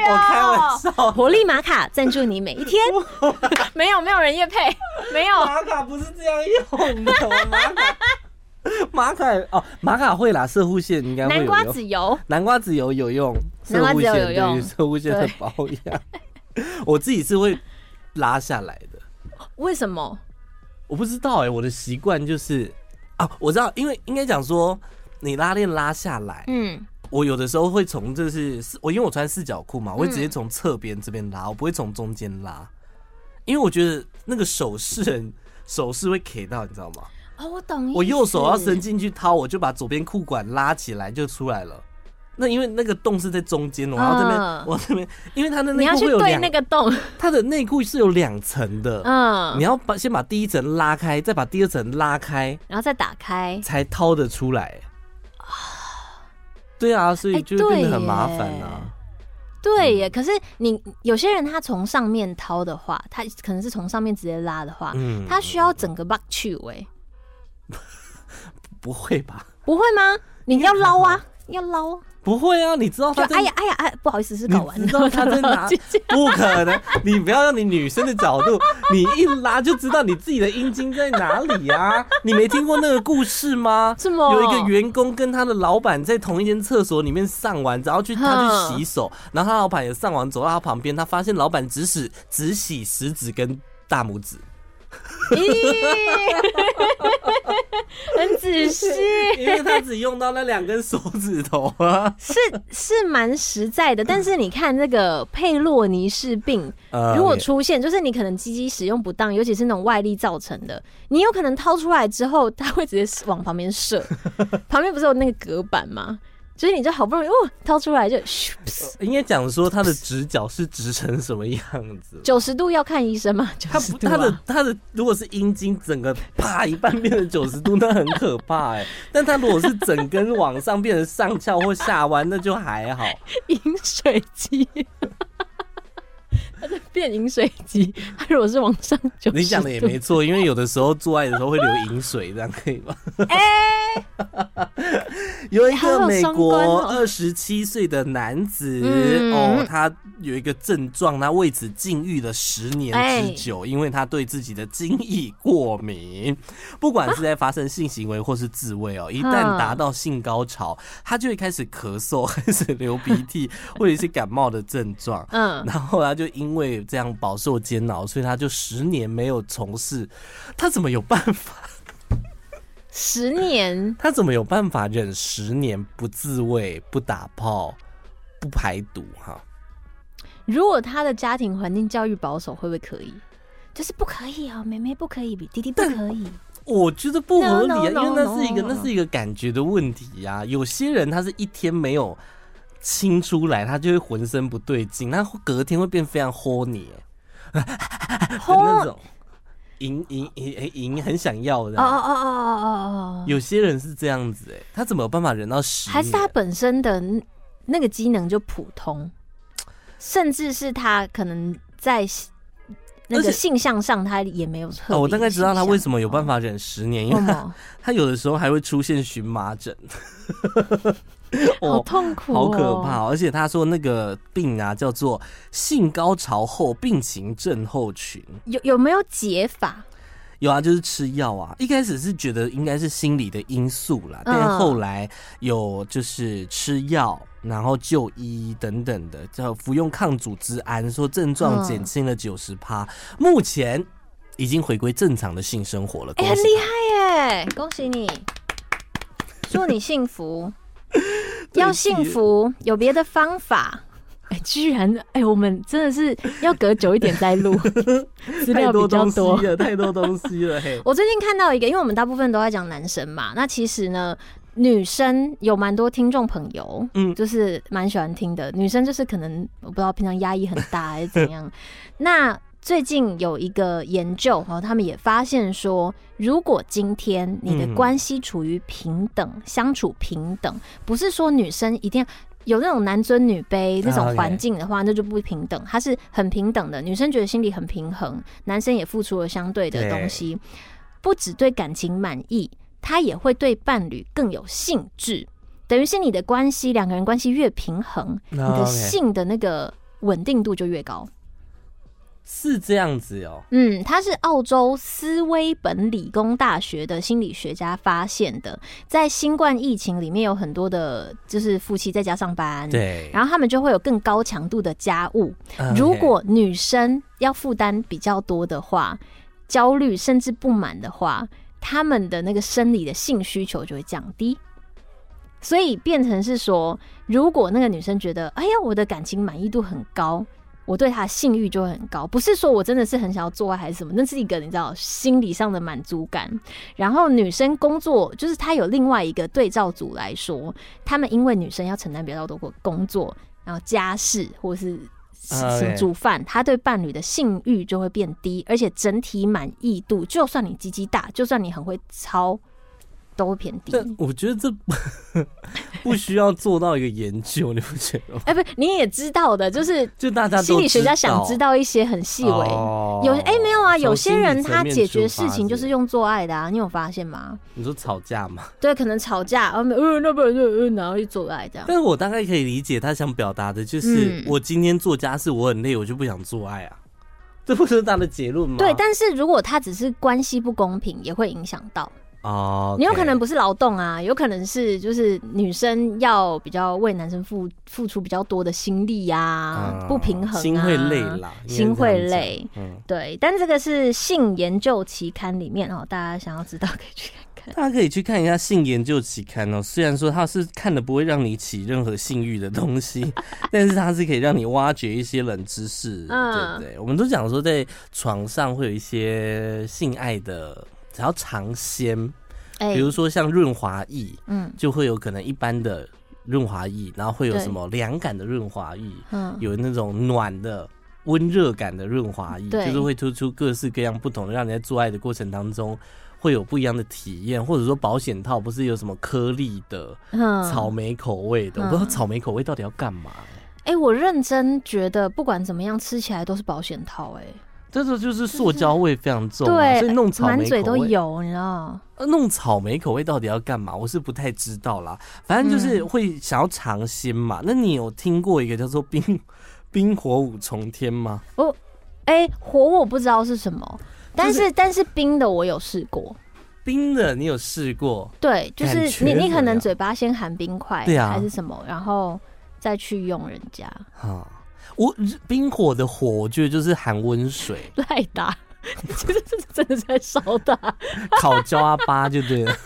[SPEAKER 1] 我开玩笑的。
[SPEAKER 2] 活力玛卡赞助你每一天， 没有没有人夜配，没有
[SPEAKER 1] 玛卡不是这样用的，我玛卡，玛卡哦，玛卡会啦，射护线应该会有
[SPEAKER 2] 南
[SPEAKER 1] 用。
[SPEAKER 2] 瓜籽油，
[SPEAKER 1] 南瓜籽油有用，
[SPEAKER 2] 南瓜
[SPEAKER 1] 射护
[SPEAKER 2] 籽油
[SPEAKER 1] 线
[SPEAKER 2] 有用
[SPEAKER 1] 对于射护线的保养，我自己是会拉下来的。
[SPEAKER 2] 为什么？
[SPEAKER 1] 我不知道哎、我的习惯就是啊，我知道，因为应该讲说你拉链拉下来，
[SPEAKER 2] 嗯，
[SPEAKER 1] 我有的时候会从就是四我因为我穿四角裤嘛，我会直接
[SPEAKER 2] 嗯
[SPEAKER 1] 从侧边这边拉，我不会从中间拉，因为我觉得那个手势很 手势会 K 到，你知道吗？
[SPEAKER 2] 哦，我懂意思。
[SPEAKER 1] 我右手要伸进去掏，我就把左边裤管拉起来就出来了。那因为那个洞是在中间哦，然后这边、
[SPEAKER 2] 嗯
[SPEAKER 1] 我这边，因为它的
[SPEAKER 2] 你
[SPEAKER 1] 内
[SPEAKER 2] 要
[SPEAKER 1] 裤
[SPEAKER 2] 去
[SPEAKER 1] 会有
[SPEAKER 2] 对
[SPEAKER 1] 两，
[SPEAKER 2] 那个洞，
[SPEAKER 1] 它的内裤是有两层的，
[SPEAKER 2] 嗯
[SPEAKER 1] 你，要把先把第一层拉开，再把第二层拉开，
[SPEAKER 2] 然后再打开。
[SPEAKER 1] 才掏得出来。
[SPEAKER 2] 啊
[SPEAKER 1] 对啊，所以
[SPEAKER 2] 哎
[SPEAKER 1] 就会变得
[SPEAKER 2] 对
[SPEAKER 1] 很麻
[SPEAKER 2] 耶
[SPEAKER 1] 烦啊。
[SPEAKER 2] 对耶，可是你有些人他从上面掏的话，他可能是从上面直接拉的话，
[SPEAKER 1] 嗯，
[SPEAKER 2] 他需要整个 back 去哎，
[SPEAKER 1] 不会吧？
[SPEAKER 2] 不会吗？你要捞啊，要捞啊，
[SPEAKER 1] 不会啊，你知道
[SPEAKER 2] 就
[SPEAKER 1] 他在
[SPEAKER 2] 哎呀哎呀哎，不好意思，是搞完
[SPEAKER 1] 你知道
[SPEAKER 2] 了，
[SPEAKER 1] 他在 啊哪
[SPEAKER 2] 继续
[SPEAKER 1] 不可能，你不要用你女生的角度，你一拉就知道你自己的阴茎在哪里啊！你没听过那个故事 吗？
[SPEAKER 2] 什么
[SPEAKER 1] 有一个员工跟他的老板在同一间厕所里面上完，然后去他去洗手，然后他老板也上完，走到他旁边，他发现老板只洗只洗食指跟大拇 指，
[SPEAKER 2] 咦很 仔细，
[SPEAKER 1] 因为他只用到那两根手指头啊。
[SPEAKER 2] 是是蛮实在的。但是你看那个佩洛尼氏病，
[SPEAKER 1] 呃
[SPEAKER 2] 如果出现，就是你可能鸡鸡使用不当，尤其是那种外力造成的，你有可能掏出来之后，它会直接往旁边 射，旁边不是有那个隔板吗？就是你就好不容易哦掏出来就 咻，
[SPEAKER 1] 应该讲说他的直角是直成什么样子了
[SPEAKER 2] 九十度要看医生嘛，九
[SPEAKER 1] 他
[SPEAKER 2] 十
[SPEAKER 1] 不，
[SPEAKER 2] 度、
[SPEAKER 1] 他的
[SPEAKER 2] 啊。
[SPEAKER 1] 他的如果是阴茎整个啪一半变成九十度，那很可怕哎、 但他如果是整根往上变成上翘或下弯，那就还好。
[SPEAKER 2] 饮水机， 它就变饮水机。它如果是往上九十度，
[SPEAKER 1] 你讲的也没错，因为有的时候做爱的时候会流饮水，这样可以吗？
[SPEAKER 2] 哎
[SPEAKER 1] 有一个美国
[SPEAKER 2] 好
[SPEAKER 1] 二十七岁的男子
[SPEAKER 2] 嗯
[SPEAKER 1] 哦，他有一个症状，他为此禁欲了十年之
[SPEAKER 2] 哎
[SPEAKER 1] 久，因为他对自己的精液过敏。 不管是在发生性行为或是自慰
[SPEAKER 2] 啊
[SPEAKER 1] 哦，一旦达到性高潮，他就会开始咳嗽、开始流鼻 涕，或者是感冒的症状。
[SPEAKER 2] 嗯，
[SPEAKER 1] 然后他就因为这样饱受煎熬，所以他就十年没有从事。他怎么有办法？
[SPEAKER 2] 十年
[SPEAKER 1] 他怎么有办法忍十年不自慰、不打炮、不排毒？哈，
[SPEAKER 2] 如果他的家庭环境教育保守，会不会可以？就是不可以哦，妹妹不可以，比弟弟不可以。
[SPEAKER 1] 我觉得不合理啊
[SPEAKER 2] No, no, no,
[SPEAKER 1] 因为那是一个
[SPEAKER 2] no.
[SPEAKER 1] 那是一个感觉的问题呀、有些人他是一天没有清出来，他就会浑身不对劲，他隔天会变非常 horny，就那种赢赢赢赢很想要的
[SPEAKER 2] 哦哦
[SPEAKER 1] 啊。
[SPEAKER 2] 哦哦哦哦哦，
[SPEAKER 1] 有些人是这样子哎、他怎么有办法忍到十
[SPEAKER 2] 还是他
[SPEAKER 1] 年？
[SPEAKER 2] 本身的那那个机能就普通，甚至是他可能在那
[SPEAKER 1] 而且
[SPEAKER 2] 个性向上他也没有特、
[SPEAKER 1] 哦，我大概知道他为什么有办
[SPEAKER 2] 法。
[SPEAKER 1] 法忍十年，因
[SPEAKER 2] 为
[SPEAKER 1] 为
[SPEAKER 2] 什
[SPEAKER 1] 他
[SPEAKER 2] 么？
[SPEAKER 1] 他有的时候还会出现荨麻 疹，
[SPEAKER 2] 好
[SPEAKER 1] 哦，
[SPEAKER 2] 痛苦、哦，
[SPEAKER 1] 好可怕、！哦！而且他说那个病啊叫做性高潮后病情症候群，
[SPEAKER 2] 有有没有解法？
[SPEAKER 1] 有啊，就是吃药啊。一开始是觉得应该是心理的因素啦，
[SPEAKER 2] 嗯
[SPEAKER 1] 但后来有就是吃药，然后就医等等的，叫服用抗组织胺，说症状减轻
[SPEAKER 2] 嗯
[SPEAKER 1] 了九十趴，目前已经回归正常的性生活了。
[SPEAKER 2] 哎、
[SPEAKER 1] 恭
[SPEAKER 2] 很
[SPEAKER 1] 喜
[SPEAKER 2] 厉害耶！恭喜你，祝你幸福。要幸福有别的方法。哎、居然哎、我们真的是要隔久一点再 录，资
[SPEAKER 1] 太
[SPEAKER 2] 料哦比
[SPEAKER 1] 多
[SPEAKER 2] 较
[SPEAKER 1] 东西
[SPEAKER 2] 多。
[SPEAKER 1] 了，太多东西了嘿。
[SPEAKER 2] 我最近看到一个，因为我们大部分都在讲男生嘛，那其实呢，女生有蛮多听众朋友，
[SPEAKER 1] 嗯
[SPEAKER 2] 嗯，就是蛮喜欢听的。女生就是可能我不知道平常压抑很大还是 怎样。那最近有一个研究哦，他们也发现说，如果今天你的
[SPEAKER 1] 嗯
[SPEAKER 2] 关系处于平等、相处平等，不是说女生一定要有那种男尊女卑那
[SPEAKER 1] 啊
[SPEAKER 2] 种
[SPEAKER 1] ，OK
[SPEAKER 2] 环境的话，那就不平等。它是很平等的，女生觉得心里很平衡，男生也付出了相对的东西，不只对感情满意，他也会对伴侣更有兴致。等于是你的关系，两个人关系越平衡，
[SPEAKER 1] 你
[SPEAKER 2] 你的性的那个稳定度就越高。
[SPEAKER 1] 是这样子哦，
[SPEAKER 2] 嗯，它是澳洲斯威本理工大学的心理学家发现的，在新冠疫情里面有很多的，就是夫妻在家上班，，
[SPEAKER 1] 对。
[SPEAKER 2] 嗯然后他们就会有更高强度的家务。
[SPEAKER 1] 啊
[SPEAKER 2] 如
[SPEAKER 1] OK
[SPEAKER 2] 果女生要负担比较多的话，焦虑甚至不满的话，他们的那个生理的性需求就会降低。所以变成是说，如果那个女生觉得，哎呀，我的感情满意度很高，我对她的性欲就会很高，不是说我真的是很想要做爱还是什么，那是一个你知道心理上的满足感。然后女生工作，就是她有另外一个对照组来说，他们因为女生要承担比较多的工作，然后家事或是
[SPEAKER 1] 啊
[SPEAKER 2] 什么
[SPEAKER 1] 对
[SPEAKER 2] 煮饭，她对伴侣的性欲就会变低，而且整体满意度，就算你鸡鸡大，就算你很会操，都会偏低。
[SPEAKER 1] 但我觉得这 不需要做到一个研究，你不觉 得吗？
[SPEAKER 2] 哎，不，你也知道的，就是
[SPEAKER 1] 就大家都
[SPEAKER 2] 心理学家想知
[SPEAKER 1] 道
[SPEAKER 2] 道一些很细微。
[SPEAKER 1] 哦
[SPEAKER 2] 有哎、没有啊？有些人他
[SPEAKER 1] 从心理层面
[SPEAKER 2] 解决
[SPEAKER 1] 出发
[SPEAKER 2] 事情就是
[SPEAKER 1] 不
[SPEAKER 2] 用做爱的啊，你有发现吗？
[SPEAKER 1] 你说吵架嘛。
[SPEAKER 2] 对，可能吵架，啊，没有呃，那不然就呃，然后就做爱这样。
[SPEAKER 1] 但是我大概可以理解他想表达的，就是、
[SPEAKER 2] 嗯
[SPEAKER 1] 我今天做家事我很累，我就不想做爱啊，这不是他的结论吗？
[SPEAKER 2] 对，但是如果他只是关系不公平，也会影响到。
[SPEAKER 1] 哦，
[SPEAKER 2] 你有可能
[SPEAKER 1] OK
[SPEAKER 2] 不是劳动啊，有可能是就是女生要比较为男生付付出比较多的心力呀、
[SPEAKER 1] 嗯
[SPEAKER 2] 不平衡、啊，
[SPEAKER 1] 心会累啦，
[SPEAKER 2] 心
[SPEAKER 1] 应该
[SPEAKER 2] 会
[SPEAKER 1] 这样讲。
[SPEAKER 2] 累。
[SPEAKER 1] 嗯，
[SPEAKER 2] 对，但这个是性研究期刊里面哦，大家想要知道可以去看看。
[SPEAKER 1] 大家可以去看一下性研究期刊哦。虽然说它是看的不会让你起任何性欲的东西， 但是它是可以让你挖掘一些冷知识，
[SPEAKER 2] 嗯
[SPEAKER 1] 对不对？我们都讲说，在床上会有一些性爱的，只要尝鲜，
[SPEAKER 2] 哎、
[SPEAKER 1] 比如说像润滑液，
[SPEAKER 2] 嗯
[SPEAKER 1] 就会有可能一般的润滑液，然后会有
[SPEAKER 2] 对
[SPEAKER 1] 什么凉感的润滑液，
[SPEAKER 2] 嗯，
[SPEAKER 1] 有那种暖的。温热感的润滑液，
[SPEAKER 2] 对
[SPEAKER 1] 就是会突出各式各样不同的，让你在做爱的过程当中会有不一样的体验，或者说保险套不是有什么颗粒的、
[SPEAKER 2] 嗯
[SPEAKER 1] 草莓口味的，我不知道草莓口味到底要干嘛、欸
[SPEAKER 2] 哎、我认真觉得不管怎么样，吃起来都是保险套、哎，
[SPEAKER 1] 但是就是塑胶味非常重、啊，
[SPEAKER 2] 对
[SPEAKER 1] 所以弄草
[SPEAKER 2] 满
[SPEAKER 1] 莓
[SPEAKER 2] 嘴
[SPEAKER 1] 口
[SPEAKER 2] 都
[SPEAKER 1] 味，
[SPEAKER 2] 有，你知道？
[SPEAKER 1] 呃弄草莓口味到底要干嘛？我是不太知道啦。反正就是
[SPEAKER 2] 嗯
[SPEAKER 1] 会想要尝鲜嘛。那你有听过一个叫做冰冰火五重天吗？
[SPEAKER 2] 哎、火我不知道是什么，但、
[SPEAKER 1] 就是
[SPEAKER 2] 但是冰的我有试过。
[SPEAKER 1] 冰的你有试过？
[SPEAKER 2] 对，就
[SPEAKER 1] 感
[SPEAKER 2] 是
[SPEAKER 1] 觉
[SPEAKER 2] 你
[SPEAKER 1] 怎
[SPEAKER 2] 你
[SPEAKER 1] 么
[SPEAKER 2] 可能
[SPEAKER 1] 样
[SPEAKER 2] 嘴巴先含冰块，
[SPEAKER 1] 对啊
[SPEAKER 2] 还是什么，然后再去用人家
[SPEAKER 1] 啊，我冰火的火，我觉得就是含温水
[SPEAKER 2] 赖打， 其实这是真的是在烧打。
[SPEAKER 1] 烤焦阿巴就对了。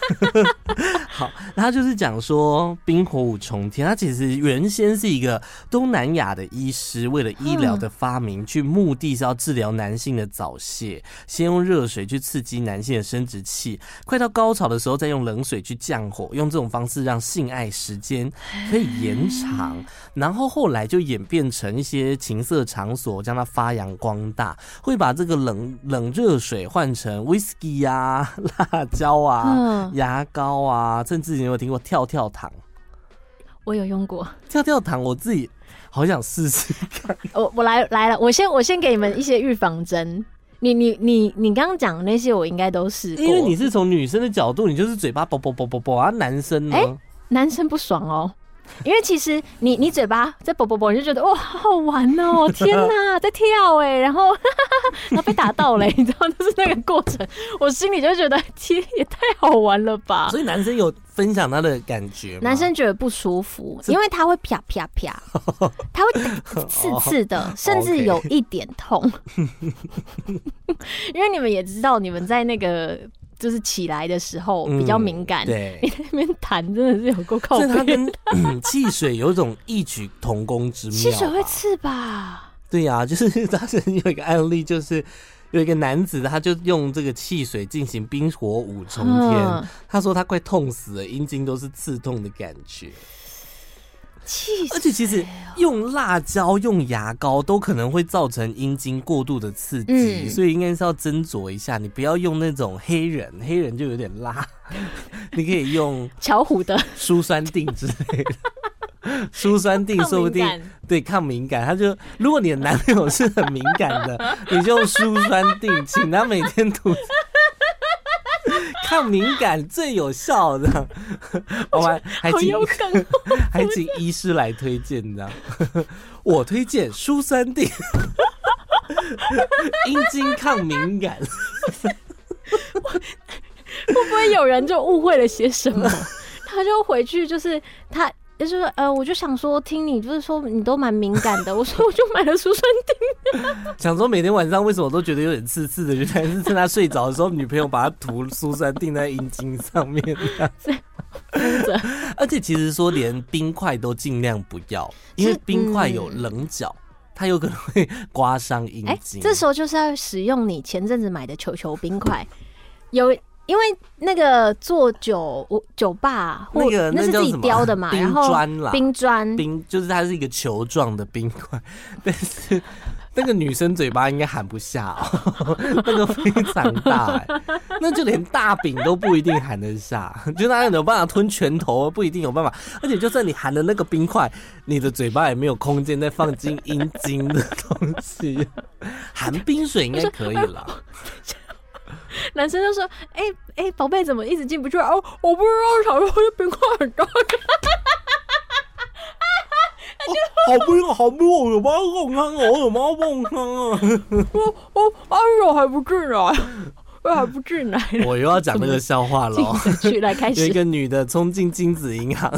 [SPEAKER 1] 好，那他就是讲说冰火五重天，他其实原先是一个东南亚的医师，为了医疗的发明，去目的是要治疗男性的早泄，先用热水去刺激男性的生殖器，快到高潮的时候再用冷水去降火，用这种方式让性爱时间可以延长。然后后来就演变成一些情色场所将它发扬光大，会把这个冷冷热水换成 whisky 啊、 辣椒啊、
[SPEAKER 2] 嗯，
[SPEAKER 1] 牙膏啊，甚至你有没有听过跳跳糖？
[SPEAKER 2] 我有用过，
[SPEAKER 1] 跳跳糖我自己好想试试，
[SPEAKER 2] 我我来来了，我先我先给你们一些预防针。你你你你刚刚讲的那些我应该都试过，
[SPEAKER 1] 因为你是从女生的角度，你就是嘴巴啵啵啵啵啵啊，男生呢？
[SPEAKER 2] 哎男生不爽哦。因为其实你你嘴巴在啵啵啵，你就觉得哇好好玩 哦，天哪，在跳哎、然后 然后被打到嘞、你知道就是那个过程，我心里就觉得天也太好玩了吧。
[SPEAKER 1] 所以男生有分享他的感觉吗，
[SPEAKER 2] 男生觉得不舒服，
[SPEAKER 1] 是
[SPEAKER 2] 因为他会啪啪啪， 他会刺刺
[SPEAKER 1] 哦
[SPEAKER 2] 的，甚至有 一点痛。因为你们也知道，你们在那个就是起来的时候
[SPEAKER 1] 嗯
[SPEAKER 2] 比较敏感，
[SPEAKER 1] 对，
[SPEAKER 2] 你在那边弹真的是有够靠
[SPEAKER 1] 所以它
[SPEAKER 2] 背。
[SPEAKER 1] 跟嗯汽水有一种异曲同工之妙吧。
[SPEAKER 2] 汽水会刺吧？
[SPEAKER 1] 对呀、 就是当时有一个案例，就是有一个男子，他就用这个汽水进行冰火五重天，
[SPEAKER 2] 嗯
[SPEAKER 1] 他说他快痛死了，阴茎都是刺痛的感觉。
[SPEAKER 2] 汽水，
[SPEAKER 1] 而且其实
[SPEAKER 2] 哦
[SPEAKER 1] 用辣椒、用牙膏都可能会造成阴茎过度的刺激，
[SPEAKER 2] 嗯
[SPEAKER 1] 所以应该是要斟酌一下，你不要用那种黑人，黑人就有点辣， 你可以用
[SPEAKER 2] 巧虎的
[SPEAKER 1] 舒酸定之类的。 舒酸定说不定
[SPEAKER 2] 抗敏感
[SPEAKER 1] 对抗敏感，他就如果你的男朋友是很敏感 的，你就用舒酸定，请他每天涂。抗敏感最有效的，我还还
[SPEAKER 2] 好
[SPEAKER 1] 请
[SPEAKER 2] 有梗，
[SPEAKER 1] 还请医师来推荐，你知道？ 我推荐舒酸 定，阴茎抗敏感。
[SPEAKER 2] 会不会有人就误会了些什 么？他就回去就是他。就是呃，我就想说，听你就是说你都蛮敏感的，我说我就买了舒酸 定，
[SPEAKER 1] 想说每天晚上为什么我都觉得有点刺刺的，原来是趁他睡着的时候，女朋友把他涂苏珊定在阴茎上面。而且其实说连冰块都尽量不要，因为
[SPEAKER 2] 是
[SPEAKER 1] 冰块
[SPEAKER 2] 嗯
[SPEAKER 1] 有棱角，它有可能会刮伤阴
[SPEAKER 2] 哎、
[SPEAKER 1] 茎。
[SPEAKER 2] 这时候就是要使用你前阵子买的球球冰块，有因为那个做酒我酒吧或
[SPEAKER 1] 那个
[SPEAKER 2] 是
[SPEAKER 1] 叫
[SPEAKER 2] 自己
[SPEAKER 1] 什么
[SPEAKER 2] 雕的嘛，
[SPEAKER 1] 冰
[SPEAKER 2] 然后
[SPEAKER 1] 砖啦，
[SPEAKER 2] 冰砖
[SPEAKER 1] 冰就是它是一个球状的冰块， 但是那个女生嘴巴应该含不下、哦， 那个非常大、哎，那就连大饼都不一定含得下，就那有办法吞拳头，啊不一定有办法。而且就算你含的那个冰块，你的嘴巴也没有空间再放进阴茎的东西，含冰水应该可以了。
[SPEAKER 2] 男生就说：“哎、哎，宝、贝怎么一直进不去？哦，我不知道，小时候 这冰块很高。
[SPEAKER 1] 好冰啊，好冰啊！我有妈碰康啊，我有妈碰康啊！
[SPEAKER 2] 我我哎呦还不进来，我还不 进来，
[SPEAKER 1] 我又要讲那个笑话
[SPEAKER 2] 进
[SPEAKER 1] 喽。
[SPEAKER 2] 去来开
[SPEAKER 1] 有一
[SPEAKER 2] 始，
[SPEAKER 1] 个女的冲进金子银行，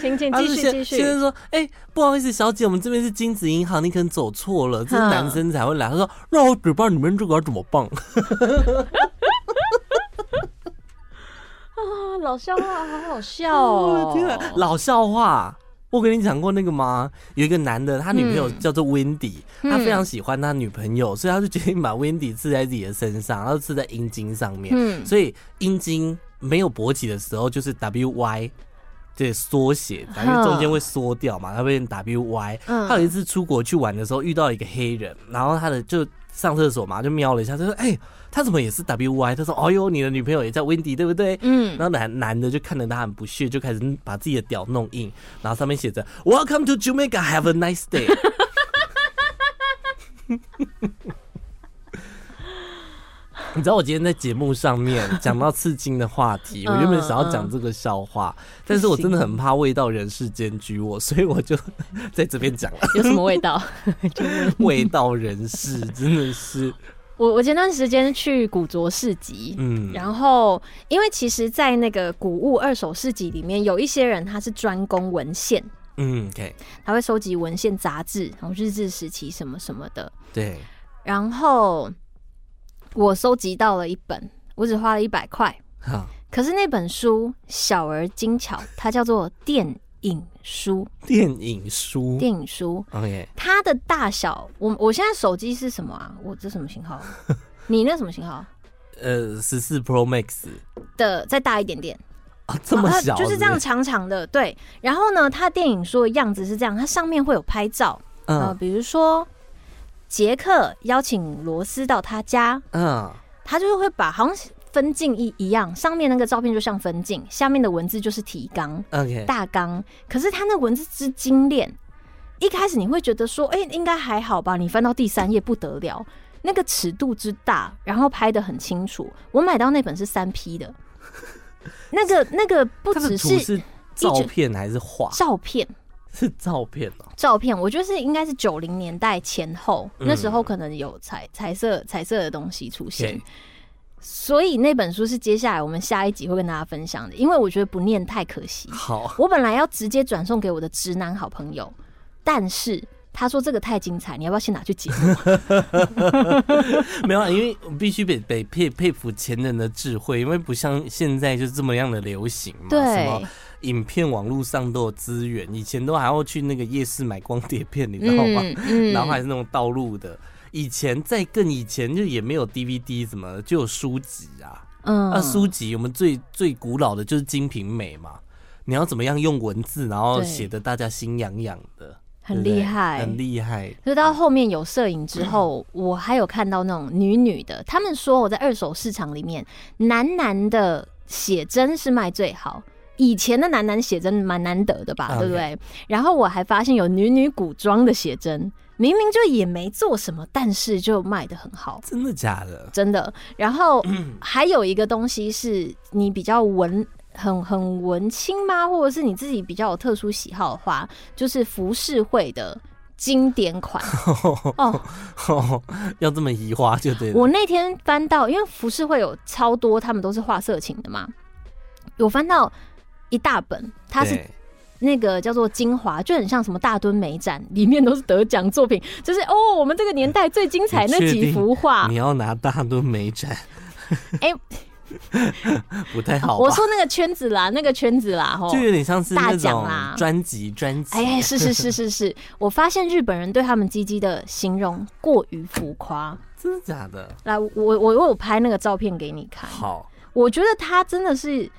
[SPEAKER 2] 请请
[SPEAKER 1] 他
[SPEAKER 2] 继
[SPEAKER 1] 是
[SPEAKER 2] 续
[SPEAKER 1] 啊先
[SPEAKER 2] 继
[SPEAKER 1] 先
[SPEAKER 2] 续。
[SPEAKER 1] 生说：“哎、不好意思，小姐，我们这边是金子银行，你可能走错了，这是
[SPEAKER 2] 嗯
[SPEAKER 1] 男生才会来。”他说：“那我嘴巴里面这个要怎么办
[SPEAKER 2] 啊，老笑话好好？”笑
[SPEAKER 1] 哦，天啊
[SPEAKER 2] 哦！
[SPEAKER 1] 老笑话。我跟你讲过那个吗？有一个男的，他女朋友叫做 Wendy，、他
[SPEAKER 2] 嗯
[SPEAKER 1] 非常喜欢他女朋友，所以他就决定把 Wendy 刺在自己的身上，然后刺在阴茎上面。
[SPEAKER 2] 嗯
[SPEAKER 1] 所以阴茎没有勃起的时候就是 W Y，对缩写，因为中间会缩掉嘛，它会变 W Y。
[SPEAKER 2] 嗯
[SPEAKER 1] 他有一次出国去玩的时候遇到一个黑人，然后他的就上厕所嘛，就瞄了一下，他说：“哎、他怎么也是 W Y？” 他说：“哦呦，你的女朋友也叫 Wendy 对不对？”
[SPEAKER 2] 嗯，
[SPEAKER 1] 然后男男的就看着他很不屑，就开始把自己的屌弄硬，然后上面写着 “Welcome to Jamaica, have a nice day”。你知道我今天在节目上面讲到刺青的话题，我原本想要讲这个笑话，但是我真的很怕味道人世间居我，所以我就在这边讲了
[SPEAKER 2] 有什么味道？
[SPEAKER 1] 味道人世真的是，
[SPEAKER 2] 我我前段时间去古着市集，
[SPEAKER 1] 嗯，
[SPEAKER 2] 然后，因为其实，在那个古物二手市集里面，有一些人他是专攻文献，
[SPEAKER 1] 嗯，OK，
[SPEAKER 2] 他会收集文献、杂志，然后日治时期什么什么的。
[SPEAKER 1] 对，
[SPEAKER 2] 然后我收集到了一本，我只花了一百块，
[SPEAKER 1] 好，
[SPEAKER 2] 可是那本书小而精巧，它叫做电影书。
[SPEAKER 1] 电影书
[SPEAKER 2] 电影书
[SPEAKER 1] ，OK，
[SPEAKER 2] 它的大小，我我现在手机是什么啊？我这什么 型号？你那什么型号？
[SPEAKER 1] 呃，十四 Pro Max。
[SPEAKER 2] 的再大一点点。
[SPEAKER 1] 啊，这么
[SPEAKER 2] 它
[SPEAKER 1] 小、
[SPEAKER 2] 就是这样
[SPEAKER 1] 子，
[SPEAKER 2] 长长的，对。然后呢，它电影书的样子是这样，它上面会有拍照，呃，
[SPEAKER 1] 嗯
[SPEAKER 2] 比如说杰克邀请罗斯到他家，
[SPEAKER 1] 嗯，
[SPEAKER 2] 他就是会把好像是分镜一一样，上面那个照片就像分镜，下面的文字就是提纲
[SPEAKER 1] OK，
[SPEAKER 2] 大纲。可是他那文字之精炼，一开始你会觉得说，哎、应该还好吧？你翻到第三页不得了。那个尺度之大，然后拍的很清楚。我买到那本是三 P 的， 那个那个不
[SPEAKER 1] 它的
[SPEAKER 2] 只
[SPEAKER 1] 图
[SPEAKER 2] 是
[SPEAKER 1] 是照片还是画？
[SPEAKER 2] 照片，
[SPEAKER 1] 是照片哦、
[SPEAKER 2] 照片，我觉得是应该是九零年代前后，
[SPEAKER 1] 嗯
[SPEAKER 2] 那时候可能有彩彩色彩色的东西出现
[SPEAKER 1] OK
[SPEAKER 2] 所以那本书是接下来我们下一集会跟大家分享的，因为我觉得不念太可惜。
[SPEAKER 1] 好，
[SPEAKER 2] 我本来要直接转送给我的直男好朋友，但是他说这个太精彩，你要不要先拿去解目？
[SPEAKER 1] 没有啊，因为我必须得得佩佩服前人的智慧，因为不像现在就是这么样的流行嘛，什
[SPEAKER 2] 对
[SPEAKER 1] 么，影片网络上都有资源，以前都还要去那个夜市买光碟片，你知道吗？
[SPEAKER 2] 嗯
[SPEAKER 1] 然后还是那种道路的。以前在更以前就也没有 DVD 什么的，就有书籍啊。
[SPEAKER 2] 嗯
[SPEAKER 1] 那书籍我们最最古老的就是《金瓶梅》嘛。你要怎么样用文字，然后
[SPEAKER 2] 对
[SPEAKER 1] 写的大家心痒痒的，对
[SPEAKER 2] 很
[SPEAKER 1] 不
[SPEAKER 2] 厉
[SPEAKER 1] 对
[SPEAKER 2] 害，
[SPEAKER 1] 很厉害。
[SPEAKER 2] 就到后面有摄影之后，我还有看到那种女女的，他们说我在二手市场里面，男男的写真是卖最好。以前的男男写真蛮难得的吧，
[SPEAKER 1] OK
[SPEAKER 2] 对不对？然后我还发现有女女古装的写真，明明就也没做什么，但是就卖的很好。
[SPEAKER 1] 真的假的？
[SPEAKER 2] 真的。然后还有一个东西是你比较文。很很文青吗？或者是你自己比较有特殊喜好的话，就是服饰会的经 典款哦。
[SPEAKER 1] 要这么移花就对了。
[SPEAKER 2] 我那天翻到，因为服饰会有超多，他们都是画色情的嘛。有翻到一大本，它是
[SPEAKER 1] 对
[SPEAKER 2] 那个叫做精华，就很像什么大墩美展，里面都是得奖作品，就是哦，我们这个年代最精彩那
[SPEAKER 1] 你确
[SPEAKER 2] 几
[SPEAKER 1] 定
[SPEAKER 2] 幅画
[SPEAKER 1] 你。要拿大墩美展，
[SPEAKER 2] 啊哎、
[SPEAKER 1] 不太好吧？
[SPEAKER 2] 我说那个圈子啦，那个圈子啦，吼，
[SPEAKER 1] 就有点像是
[SPEAKER 2] 大
[SPEAKER 1] 那
[SPEAKER 2] 奖
[SPEAKER 1] 种
[SPEAKER 2] 啦
[SPEAKER 1] 专辑专辑。
[SPEAKER 2] 哎，是是是是是，我发现日本人对他们鸡鸡的形容过于浮夸。
[SPEAKER 1] 真的假的？
[SPEAKER 2] 来，我我我有拍那个照片给你看，
[SPEAKER 1] 好，
[SPEAKER 2] 我觉得他真的是，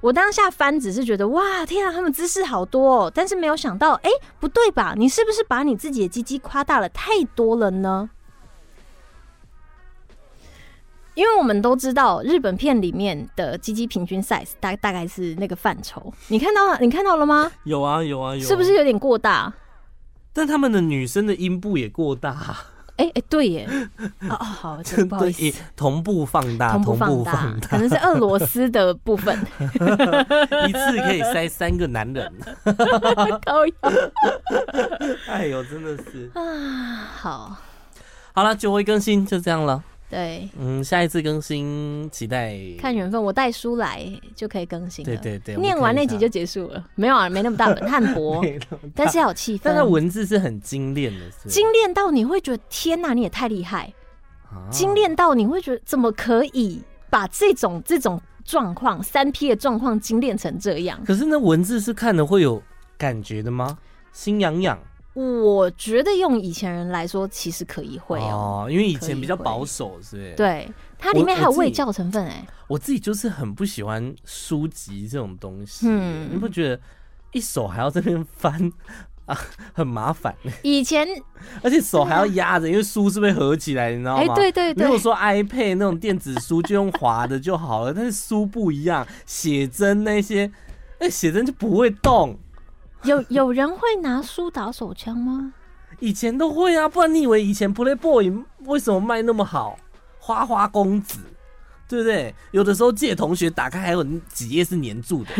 [SPEAKER 2] 我当下翻只是觉得哇，天啊，他们姿势好多哦，但是没有想到，哎、不对吧？你是不是把你自己的鸡鸡夸大了太多了呢？因为我们都知道日本片里面的鸡鸡平均 size 大大概是那个范畴，你看到你看到了吗？
[SPEAKER 1] 有啊有啊有
[SPEAKER 2] 是不是？有点过大？
[SPEAKER 1] 但他们的女生的阴部也过大，
[SPEAKER 2] 哎、哎、对耶，哦哦，好，真的不好意
[SPEAKER 1] 对
[SPEAKER 2] 思，，
[SPEAKER 1] 同步放大，
[SPEAKER 2] 同步
[SPEAKER 1] 同
[SPEAKER 2] 放
[SPEAKER 1] 步
[SPEAKER 2] 大，
[SPEAKER 1] 放大，
[SPEAKER 2] 可能是俄罗斯的 部分，
[SPEAKER 1] 一次可以塞三个男人。
[SPEAKER 2] 高腰
[SPEAKER 1] 哎呦，真的是。
[SPEAKER 2] 啊，好，
[SPEAKER 1] 好了，久违更新就这样了。
[SPEAKER 2] 对，
[SPEAKER 1] 嗯，下一次更新期待。
[SPEAKER 2] 看缘分，我带书来就可以更新了。
[SPEAKER 1] 对对对，
[SPEAKER 2] 念完那集就
[SPEAKER 1] 我
[SPEAKER 2] 结束了，没有啊，没那么大本，很薄
[SPEAKER 1] 看，一下。
[SPEAKER 2] 但是要有气
[SPEAKER 1] 但它
[SPEAKER 2] 氛。
[SPEAKER 1] 文字是很精炼的，是
[SPEAKER 2] 精炼到你会觉得天哪、你也太厉害！
[SPEAKER 1] 啊
[SPEAKER 2] 精炼到你会觉得怎么可以把这种这种状况三 P 的状况精炼成这样？
[SPEAKER 1] 可是那文字是看了会有感觉的吗？心痒痒
[SPEAKER 2] 我觉得用以前人来说，其实可以会
[SPEAKER 1] 哦，
[SPEAKER 2] 哦。
[SPEAKER 1] 因为以
[SPEAKER 2] 可
[SPEAKER 1] 前
[SPEAKER 2] 以
[SPEAKER 1] 比较
[SPEAKER 2] 会
[SPEAKER 1] 保守，是不是？，
[SPEAKER 2] 对，它里面
[SPEAKER 1] 我
[SPEAKER 2] 还有
[SPEAKER 1] 我自己
[SPEAKER 2] 味教成分哎、
[SPEAKER 1] 我自己就是很不喜欢书籍这种东西，
[SPEAKER 2] 嗯
[SPEAKER 1] 你不觉得一手还要这边翻啊，很麻烦，
[SPEAKER 2] 以前
[SPEAKER 1] 而且手还要压着，因为书是被合起来，你知道吗？
[SPEAKER 2] 哎、对对
[SPEAKER 1] 如
[SPEAKER 2] 对
[SPEAKER 1] 果，说 iPad 那种电子书就用滑的就好了，但是书不一样，写真那些，那写真就不会动。
[SPEAKER 2] 有有人会拿书打手枪吗？
[SPEAKER 1] 以前都会啊，不然你以为以前 Playboy 为什么卖那么好？花花公子，对不对？有的时候借同学打开还有几页是粘 住的。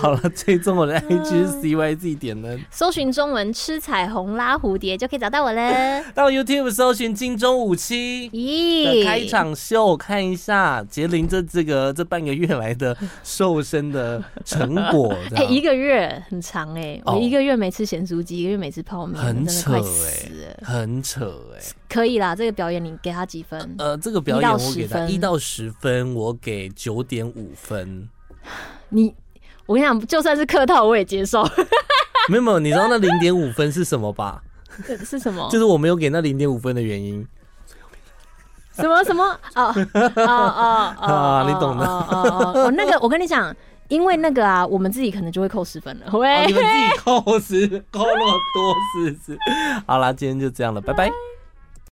[SPEAKER 1] 好了，追踪我的 IG 是 CYZ 点呢，
[SPEAKER 2] 搜寻中文“吃彩虹拉蝴蝶”就可以找到 我了。
[SPEAKER 1] 到 YouTube 搜寻金钟五七。的
[SPEAKER 2] 咦，
[SPEAKER 1] 开场秀，看一下杰林这这个这半个月来的瘦身的成果，这
[SPEAKER 2] 哎、
[SPEAKER 1] 样
[SPEAKER 2] 一个月很长哎、
[SPEAKER 1] 哦
[SPEAKER 2] 我一个月没吃咸酥鸡，一个月没吃泡面，
[SPEAKER 1] 很
[SPEAKER 2] 真的
[SPEAKER 1] 扯
[SPEAKER 2] 快
[SPEAKER 1] 哎、
[SPEAKER 2] 死了。
[SPEAKER 1] 很扯哎、
[SPEAKER 2] 可以啦，这个表演你给他几分？
[SPEAKER 1] 呃，这个表
[SPEAKER 2] 一到
[SPEAKER 1] 演
[SPEAKER 2] 十
[SPEAKER 1] 我给他
[SPEAKER 2] 分
[SPEAKER 1] 一到十分，我给九点五分。呃
[SPEAKER 2] 你，我跟你讲，就算是客套我也 接受。
[SPEAKER 1] 没有没有，你知道那零点五分是什么吧？
[SPEAKER 2] 是什么
[SPEAKER 1] 就？是我没有给那零点五分的原因。
[SPEAKER 2] 什么什么？哦哦哦哦
[SPEAKER 1] 啊
[SPEAKER 2] 哦，
[SPEAKER 1] 你懂的
[SPEAKER 2] 哦哦哦，哦那个我跟你讲，因为那个啊，我们自己可能就会扣十分了。喂
[SPEAKER 1] 哦，你。们自己扣是扣那么多是不是？好啦，今天就这样了，拜拜。